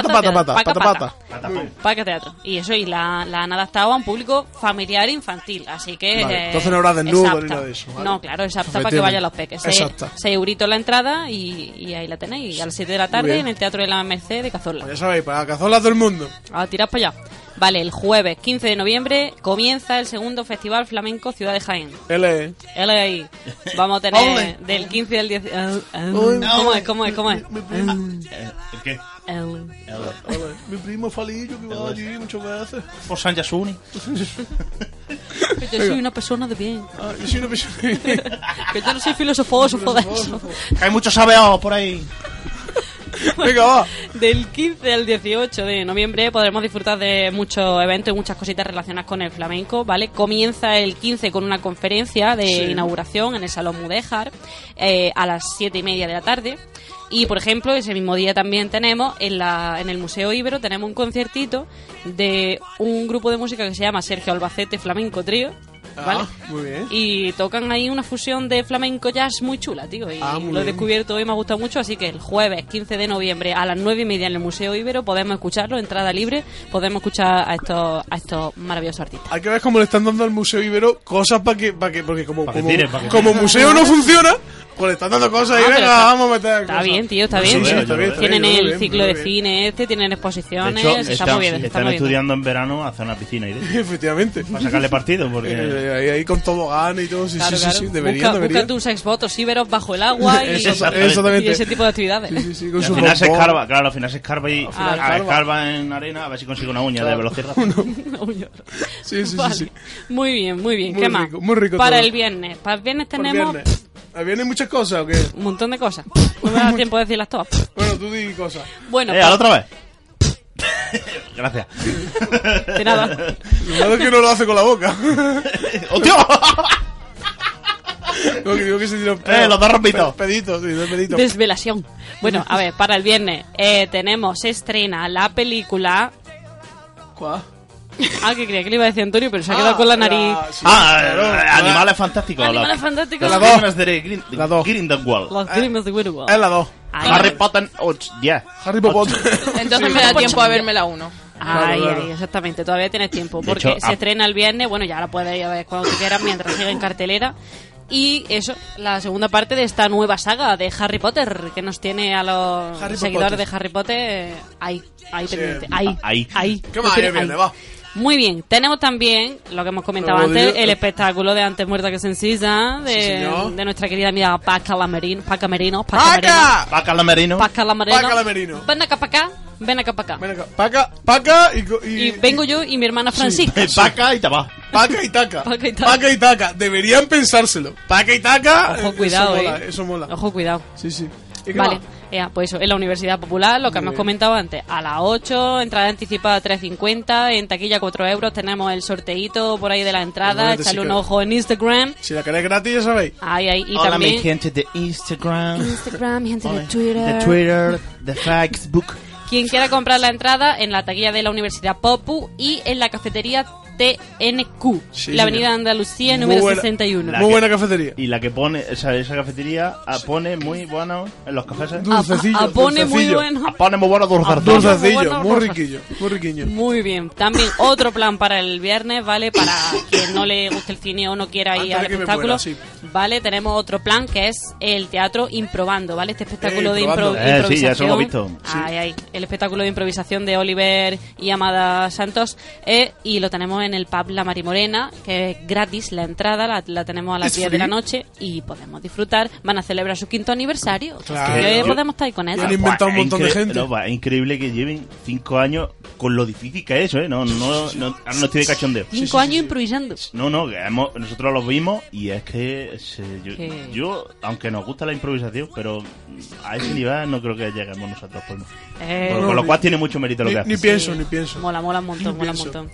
A: pata,
C: teatro,
A: pata,
C: paca,
A: pata, pata.
B: Patapón.
C: Paca teatro. Y eso, y la, la han adaptado a un público familiar e infantil. Así que.
A: Vale,
C: eh,
A: entonces no habrá
C: es
A: desnudo ni
C: apta.
A: nada de eso, ¿vale?
C: No, claro, es apta para que
A: Efectivamente.
C: vayan los peques.
A: Es
C: 6
A: apta.
C: euritos la entrada y, y ahí la tenéis. Y a las 7 de la tarde
A: bien.
C: en el Teatro de la Merced
A: Pues
C: de Cazorla.
A: ya sabéis, para cazorla todo el mundo.
C: A tirar para Ah, allá. Vale, el jueves 15 de noviembre comienza el segundo Festival Flamenco Ciudad de Jaén.
A: L.
C: Él ahí. Vamos a
A: Ole.
C: tener del 15 al 10. Ah, ah, ¿Cómo es? ¿Cómo es? ¿Cómo es?
B: Eh, ¿El qué?
C: Ah, ah.
B: El-
A: Ole, Mi primo Falillo que va allí muchas veces.
B: Por San Yasuni.
C: Yo soy una persona de bien.
A: Ah, yo soy una persona.
C: Que yo no soy filósofo de eso.
B: Que hay muchos sabeos por ahí.
A: Venga, va.
C: Del 15 al 18 de noviembre podremos disfrutar de muchos eventos y muchas cositas relacionadas con el flamenco, ¿vale? Comienza el 15 con una conferencia de inauguración en el Salón Mudéjar eh, a las 7 y media de la tarde. Y, por ejemplo, ese mismo día también tenemos en, la, en el Museo Ibero tenemos un conciertito de un grupo de música que se llama Sergio Albacete Flamenco Trío, ¿vale?
A: Ah, muy bien.
C: Y tocan ahí una fusión de flamenco jazz muy chula, tío. Y
A: Ah, muy
C: lo he
A: bien.
C: descubierto hoy, me ha gustado mucho. Así que el jueves 15 de noviembre a las 9 y media en el Museo Ibero podemos escucharlo, entrada libre. Podemos escuchar a estos, a estos maravillosos artistas.
A: Hay que ver cómo le están dando al Museo Ibero cosas para que, para que, porque como,
B: Pa' que
A: como,
B: tire, pa' que
A: como museo no funciona, pues le están dando cosas y
C: Ah, pero
A: venga,
C: está-
A: vamos a meter.
C: Está
A: cosas.
C: bien, tío, está
B: Yo
C: bien.
B: lo veo, yo lo veo.
C: tienen
A: Yo lo
C: el
A: veo,
C: ciclo
A: yo
C: de
A: lo veo.
C: cine este, tienen
B: De
C: exposiciones.
B: hecho,
C: está
B: están,
C: muy bien,
B: están
C: está muy bien.
B: estudiando en verano hacer una piscina y de-
A: Efectivamente.
B: para sacarle partido porque
A: Eh, ahí, ahí con todo gana y todo, sí,
C: Claro,
A: sí,
C: claro.
A: sí, sí, deberían,
C: busca,
A: deberían.
C: busca tus exvotos íberos bajo el agua y,
B: Exactamente.
C: y ese tipo de actividades.
A: Sí, sí, sí,
B: Y
A: con
B: al
A: su
B: final se
A: bombón.
B: escarba, claro, al final se escarba y
A: final
B: ah,
A: escarba.
B: escarba en arena a ver si consigo una uña de velocidad. Eh,
A: Sí, sí,
C: Vale.
A: sí, Pues sí.
C: Muy bien, muy bien.
A: Muy
C: ¿Qué más?
A: rico, muy rico
C: Para
A: todo.
C: el viernes. Para el viernes
A: Por
C: tenemos
A: viernes. ¿Ah, ¿Vienen muchas cosas o qué?
C: un montón de cosas. No me da tiempo de decirlas todas.
A: Bueno, tú di cosas.
C: Bueno,
B: eh, a la otra vez. Gracias.
C: de nada.
A: Lo malo es que no lo hace con la boca.
B: ¡Hostia!
A: Lo que digo que se tira un
B: Eh, los dos rompitos.
A: Pe- Pedito, sí, dos peditos.
C: Desvelación. Bueno, a ver, para el viernes eh, tenemos, se estrena la película...
A: ¿Cuál?
C: Ah, que creía que le iba a decir Antonio, pero se ha quedado
A: Ah,
C: con la nariz.
A: sí,
B: Ah,
A: claro,
B: eh,
A: claro.
B: animales fantásticos.
C: Animales
B: los-
C: fantásticos.
B: Las
A: La dos.
B: películas de Grin-
A: La dos.
B: Grindelwald.
C: Los crímenes de Grindelwald.
A: Es la 2.
C: Ay,
B: Harry Potter 8, 10.
A: Harry Potter.
D: Entonces me da tiempo a verme la uno.
C: Ay,
A: claro.
C: ay, exactamente, todavía tienes tiempo.
B: De
C: Porque
B: hecho,
C: se
B: a-
C: estrena el viernes, bueno, ya la puedes ir a ver cuando tú quieras mientras siga en cartelera. Y eso, la segunda parte de esta nueva saga de Harry Potter, que nos tiene a los
A: Harry
C: seguidores
A: Potter.
C: de Harry Potter eh, ahí, ahí
A: Sí.
C: pendiente. Ahí,
B: Ah, Ahí.
C: ahí.
A: ¿Qué
C: lo
A: más
C: tiene
A: hay el viernes?
C: ahí.
A: Va.
C: Muy bien, tenemos también lo que hemos comentado
A: Lo
C: antes,
A: digo.
C: el espectáculo de Antes Muerta que se encisa,
A: Sí,
C: de,
A: señor.
C: de nuestra querida amiga Paca Lamerino. Paca Merino, Paca Merino.
A: ¡Paca!
B: Paca Lamerino.
C: Paca Lamerino.
A: Paca Lamerino.
C: Ven acá, para acá. Ven acá, para acá.
A: Ven acá. Paca, paca y, co- y,
C: Y vengo yo y mi hermana Francisca.
B: Eh, Paca y te va.
A: Paca y taca.
C: Paca y taca.
A: Paca y taca. Deberían pensárselo. Paca y taca. eh,
C: Ojo, cuidado,
A: eso mola,
C: eh.
A: Eso mola.
C: Ojo, cuidado.
A: Sí, sí. ¿Y qué
C: Vale,
A: más?
C: ya, pues eso, en la Universidad Popular, lo que hemos comentado antes, a las 8, entrada anticipada 3.50, en taquilla 4 euros, tenemos el sorteíto por ahí de la entrada,
A: Normalmente sí
C: echale un
A: que-
C: ojo en Instagram.
A: Si la queréis gratis, ya sabéis.
C: Ahí, ahí, y
B: Hola, mi
C: también
B: gente de Instagram,
E: Instagram, mi gente de
B: de
E: Twitter.
B: Twitter, de Facebook.
C: quien quiera comprar la entrada en la taquilla de la Universidad Popu y en la cafetería TNQ,
A: Sí,
C: la
A: señora.
C: Avenida Andalucía
A: Muy
C: número
A: buena.
C: 61.
B: La
A: Muy
B: que-
A: buena cafetería.
B: Y la que pone, esa, esa cafetería ah, pone muy bueno en los cafés. eh.
A: Dulcecillo.
C: Ah, pone muy
A: dulcecillo.
C: bueno.
B: Ah, Pone muy bueno dulce
C: Dulce-
A: Dulcecillo.
C: Bueno,
A: Muy
C: rosa.
A: riquillo. Muy riquiño.
C: Muy bien. También otro plan para el viernes, ¿vale? Para quien no le guste el cine o no quiera ir
A: Antes
C: al
A: de que me
C: espectáculo.
A: muera, sí.
C: Vale, tenemos otro plan que es el teatro improvando, ¿vale? Este espectáculo
A: Eh,
C: de
A: Improbando.
C: impro-
B: Eh, sí,
C: improvisación.
B: ya eso lo he visto.
C: Ay, ay. El espectáculo de improvisación de Oliver y Amada Santos. eh, y lo tenemos en en el pub La Marimorena, que es gratis la entrada, la, la tenemos a las
A: ¿Es
C: 10 de la
A: free?
C: noche y podemos disfrutar. Van a celebrar su quinto aniversario.
A: Claro.
C: Así que
B: Yo-
C: podemos estar ahí con
A: han
C: ellos.
A: inventado un montón de
B: incre-
A: gente.
B: no, va, es increíble que lleven cinco años con lo difícil que es eso, ¿eh? No, no, no, ahora no estoy de cachondeo.
C: Cinco años improvisando.
B: No, no, que hemos- nosotros los vimos y es que se- yo,
C: Que-
B: yo, aunque nos gusta la improvisación, pero a ese nivel no creo que lleguemos nosotros. Pues no.
C: Eh,
B: Con- con lo cual tiene mucho mérito lo
A: Ni,
B: que
A: ni
B: hace.
A: pienso, ni pienso.
C: Mola, mola un montón,
A: Ni
C: mola un
A: pienso.
C: montón.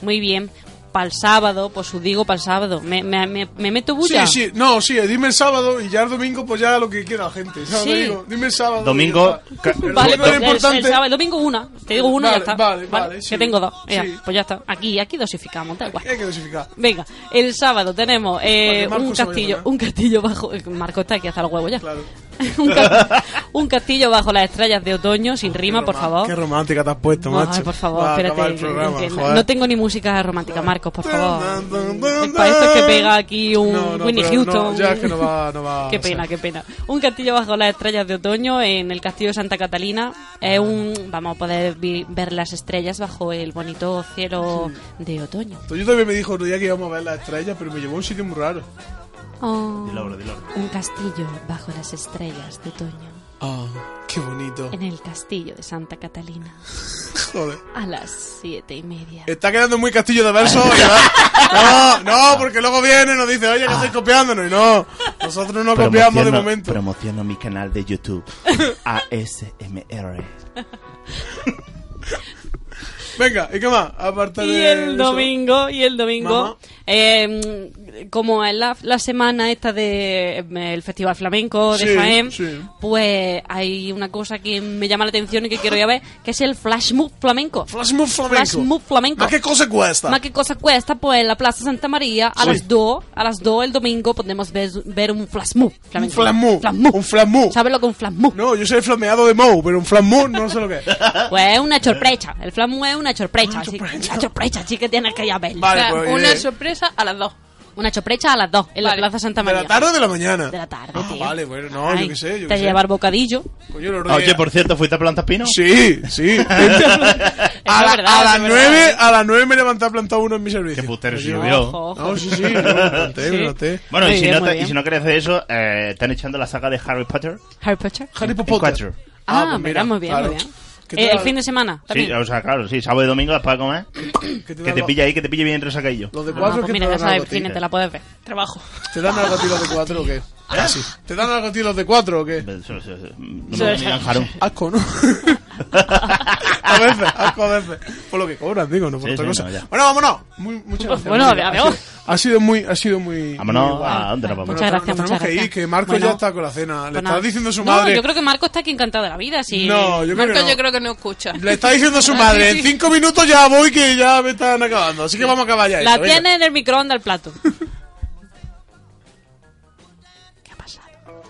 C: Muy bien. Para el sábado, pues os digo para el sábado. ¿Me, me, me, me meto bulla?
A: Sí, sí, no, sí, eh, dime el sábado y ya el domingo, pues ya lo que quiera la gente. ¿sabes?
C: Sí.
A: Te digo, dime el sábado.
B: Domingo,
A: y ya
B: ca-
A: está. El
C: Vale,
A: domingo
C: pues
A: era
C: el,
A: importante.
C: el sábado, el domingo una. Te digo una y
A: Vale,
C: ya está.
A: vale, vale, sí.
C: Que tengo dos. Ya,
A: Sí. Eh,
C: Pues ya está. Aquí, aquí dosificamos, da igual.
A: Hay que dosificar.
C: Venga, el sábado tenemos eh,
A: Para que Marco
C: un
A: se vaya
C: castillo,
A: también.
C: un castillo bajo. Marco está aquí hasta el huevo ya.
A: Claro.
C: un, ca- un castillo bajo las estrellas de otoño, sin rima, por favor.
A: Qué romántica te has puesto,
C: Ay,
A: macho.
C: por favor,
A: Va a acabar
C: espérate.
A: el programa,
C: entiendo.
A: joder.
C: no tengo ni música romántica, Marcos, por favor.
A: Dun, dun, dun, dun,
C: Para esto es que
A: dun.
C: pega aquí un
A: No, no,
C: Winnie
A: pero no,
C: Houston.
A: ya es que no va- no va a
C: qué
A: ser.
C: pena, qué pena. Un castillo bajo las estrellas de otoño en el castillo de Santa Catalina.
A: Ah.
C: Es un. Vamos a poder vi- ver las estrellas bajo el bonito cielo de otoño.
A: Yo también me dijo otro día que íbamos a ver las estrellas, pero me llevó a un sitio muy raro.
C: Oh,
B: Dilo ahora, dilo ahora.
C: un castillo bajo las estrellas de otoño.
A: Ah, qué bonito.
C: En el castillo de Santa Catalina.
A: Joder.
C: A las siete y media.
A: Está quedando muy castillo de verso, ¿verdad? No, no, porque luego viene y nos dice, oye, que estáis copiándonos. Y no, nosotros no copiamos de
B: Promociono-
A: momento.
B: Promociono mi canal de YouTube, ASMR.
A: Venga, ¿y qué más? Aparte
C: Y
A: de
C: el
A: eso.
C: domingo, y el
A: Mamá.
C: domingo, eh, como es la, la semana esta de eh, el Festival Flamenco de
A: Sí,
C: Jaén,
A: sí.
C: pues hay una cosa que me llama la atención y que quiero ir a ver, que es el Flash Move Flamenco.
A: Flash Move Flamenco.
C: Flash Move Flamenco.
A: ¿A qué cosa cuesta?
C: Más que cosa cuesta, pues en la Plaza Santa María, a las 2, a las 2 el domingo podemos ver, ver un Flash Move
A: Un
C: Flamenco.
A: flash move. Un flash move.
C: ¿Sabes lo que es un Flash Move?
A: No, yo soy flameado de Mou, pero un flash move no sé lo que es.
C: Pues es una chorprecha. El Flash Move es una chorprecha. así- Una
A: Ah, chorprecha.
C: chorprecha, así que tienes que ir a verlo.
D: O
A: Vale,
D: sea,
A: pues.
D: una
A: iré.
D: sorpresa a las dos.
C: Una choprecha a las 2 en la
D: Vale.
C: Plaza Santa
A: ¿De
C: María.
A: la tarde o de la mañana?
C: De la tarde,
A: Ah,
C: tío.
A: vale, bueno, no,
C: Ay,
A: yo qué sé. Yo
C: te
A: qué sé.
C: llevar bocadillo.
A: Coño, el otro
B: Ah, Oye,
A: día-
B: por cierto, ¿fuiste a Plantas Pino?
A: Sí, sí. a, la-
C: Es verdad,
A: a las
C: es verdad.
A: nueve, a las nueve me levanté a plantar uno en mi
B: Qué
A: servicio.
B: putero,
A: Oye,
B: si lo vio.
C: Ojo, ojo.
A: No, sí, sí, no, me planté, me planté.
B: Bueno,
C: Pues Muy
B: y si,
C: bien,
B: no
C: muy
B: te- y
C: bien.
B: si no queréis hacer eso, eh, están echando la saga de Harry Potter.
C: Harry Potter.
A: Harry
B: En
A: Potter.
B: cuatro.
C: Ah,
A: pues
C: mira, muy bien,
A: claro.
C: muy bien.
A: ¿Qué
C: Eh,
A: te
C: el
A: da-
C: fin de semana
B: Sí,
C: también.
B: o sea, claro, sí, sábado y domingo después de comer.
A: qué te
B: Que
A: dan
B: te
A: los-
B: pilla ahí, que te pille bien resacaillo.
A: Los de
C: Ah,
A: cuatro
C: pues
A: que
C: mira,
A: te
C: ya
A: dan
C: sabes,
A: algo a
C: el
A: ti.
C: cine te la puedes ver. Trabajo.
A: ¿Te dan algo a ti los de cuatro o
B: ¿Eh?
A: qué? Casi. ¿Te dan algo a ti los de cuatro o qué?
B: No me ni dan jarón.
A: Asco, ¿no? a veces, asco a veces. Por lo que cobran, digo, no por
B: Sí,
A: otra
B: sí,
A: cosa.
B: no, ya.
A: bueno, vámonos. Muy- muchas gracias.
C: Pues bueno,
A: María.
C: adiós.
A: Ha sido, ha sido muy, ha sido muy. muy
B: Vámonos
A: guay.
B: a dónde nos vamos. Eh,
C: Muchas gracias,
A: Nos tenemos
C: muchas
A: que ir,
C: gracias.
A: que Marco
C: Bueno,
A: ya está con la cena. Le
C: Pues
A: está
C: nada.
A: diciendo a su
C: No,
A: madre.
C: yo creo que Marco está aquí encantado de la vida. Sí.
A: No, yo creo
D: Marco,
A: que no.
D: yo creo que no escucha.
A: Le está diciendo a su madre, en cinco minutos ya voy que ya me están acabando. Así que vamos a acabar ya.
C: la
A: esto, venga.
C: tiene en el microondas al plato. ¿Qué ha pasado?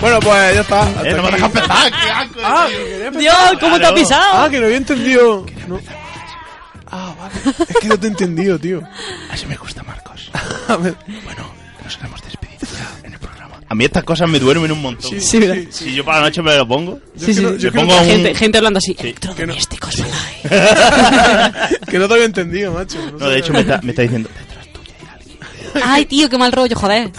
A: Bueno, pues ya está. Hasta
B: Eh, no me
A: aquí.
B: dejas empezar, qué asco.
A: Ah, que quería empezar.
C: Dios, ¿cómo te ha
B: Claro.
C: pisado?
A: Ah, que no había entendido. No. Ah, vale. Es que no te he entendido, tío.
B: Así me gusta, Marcos.
A: A ver.
B: Bueno, nos hemos despedido ya en el programa. A mí estas cosas me duermen un montón.
A: Sí,
B: Si
A: sí, sí.
B: yo para la noche me lo pongo.
A: Yo es que no- yo
B: Le
A: es que no
B: pongo un...
C: Gente, gente hablando así.
A: Que no,
C: Electrodomésticos, ¿verdad?
A: que no te había entendido, macho. No
B: No, de
A: sé.
B: hecho me está, me está diciendo... Detrás tuya hay alguien.
C: Ay, tío, qué mal rollo, joder.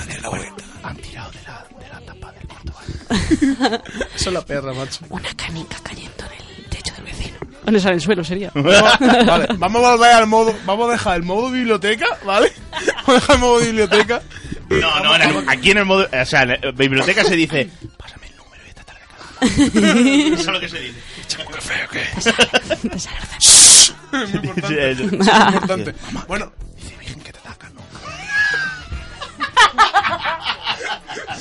B: Han tirado de la, de la tapa del cuarto baño.
A: Eso es la perra, macho.
C: Una canica cayendo en el techo del vecino. ¿Dónde sale el suelo, sería?
A: Vamos- Vale, vamos a volver al modo. Vamos a dejar el modo biblioteca, ¿vale? Vamos a dejar el modo biblioteca.
B: No, no, en el- aquí en el modo... O sea, en la biblioteca se dice... Pásame el número y esta tarde acabamos". Eso es lo que se dice.
A: Es muy importante.
B: Sí,
A: es
B: eso.
A: muy importante. Bueno,
B: Dice, virgen, que te atacan, ¿no?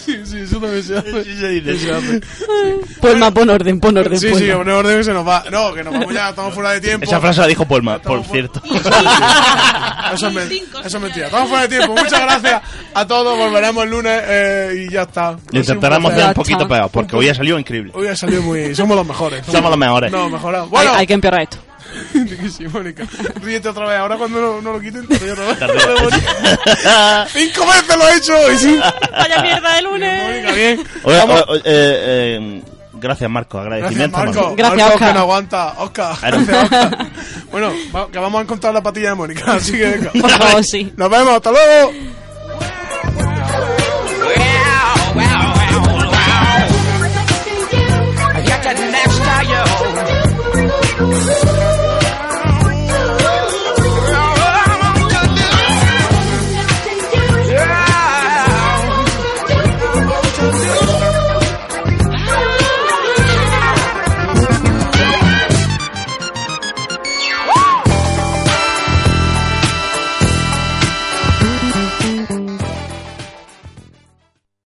A: sí, sí, eso también se hace.
B: Sí, se dice.
A: Se hace.
C: Pon, más, pon orden, pon orden.
A: Sí,
C: pon
A: sí,
C: orden.
A: un orden que se nos va. No, que nos vamos ya, estamos fuera de tiempo.
B: Esa frase la dijo Polma, por
A: Estamos fu-
B: cierto.
A: Eso es, men- eso es mentira. Estamos fuera de tiempo. Muchas gracias a todos. Volveremos el lunes eh, y ya está.
B: Intentaremos hacer
A: hacer
B: un poquito peor, porque hoy ha salido increíble.
A: Hoy ha salido muy. Somos los mejores.
B: Somos los mejores.
A: No, mejorado.
C: Hay-
A: Bueno,
C: hay que empeorar esto.
A: Di que sí, Mónica. Ríete otra vez. Ahora cuando no, no lo quiten, te río otra
B: Tarde.
A: vez. ¡Cinco veces lo he hecho! Y sí.
C: Vaya mierda de
A: Bien,
C: lunes.
A: Mónica, bien.
B: Oye,
A: Vamos.
B: o- o- eh, eh, gracias, Marco.
A: Gracias,
B: Agradecimiento.
A: Marco.
C: Gracias,
A: Marco,
C: Oscar.
A: que no aguanta. Oscar.
B: Claro.
A: Gracias, Oscar. Bueno, va- que vamos a encontrar la patilla de Mónica. Así que venga.
C: Por favor, sí.
A: Nos vemos. Hasta luego.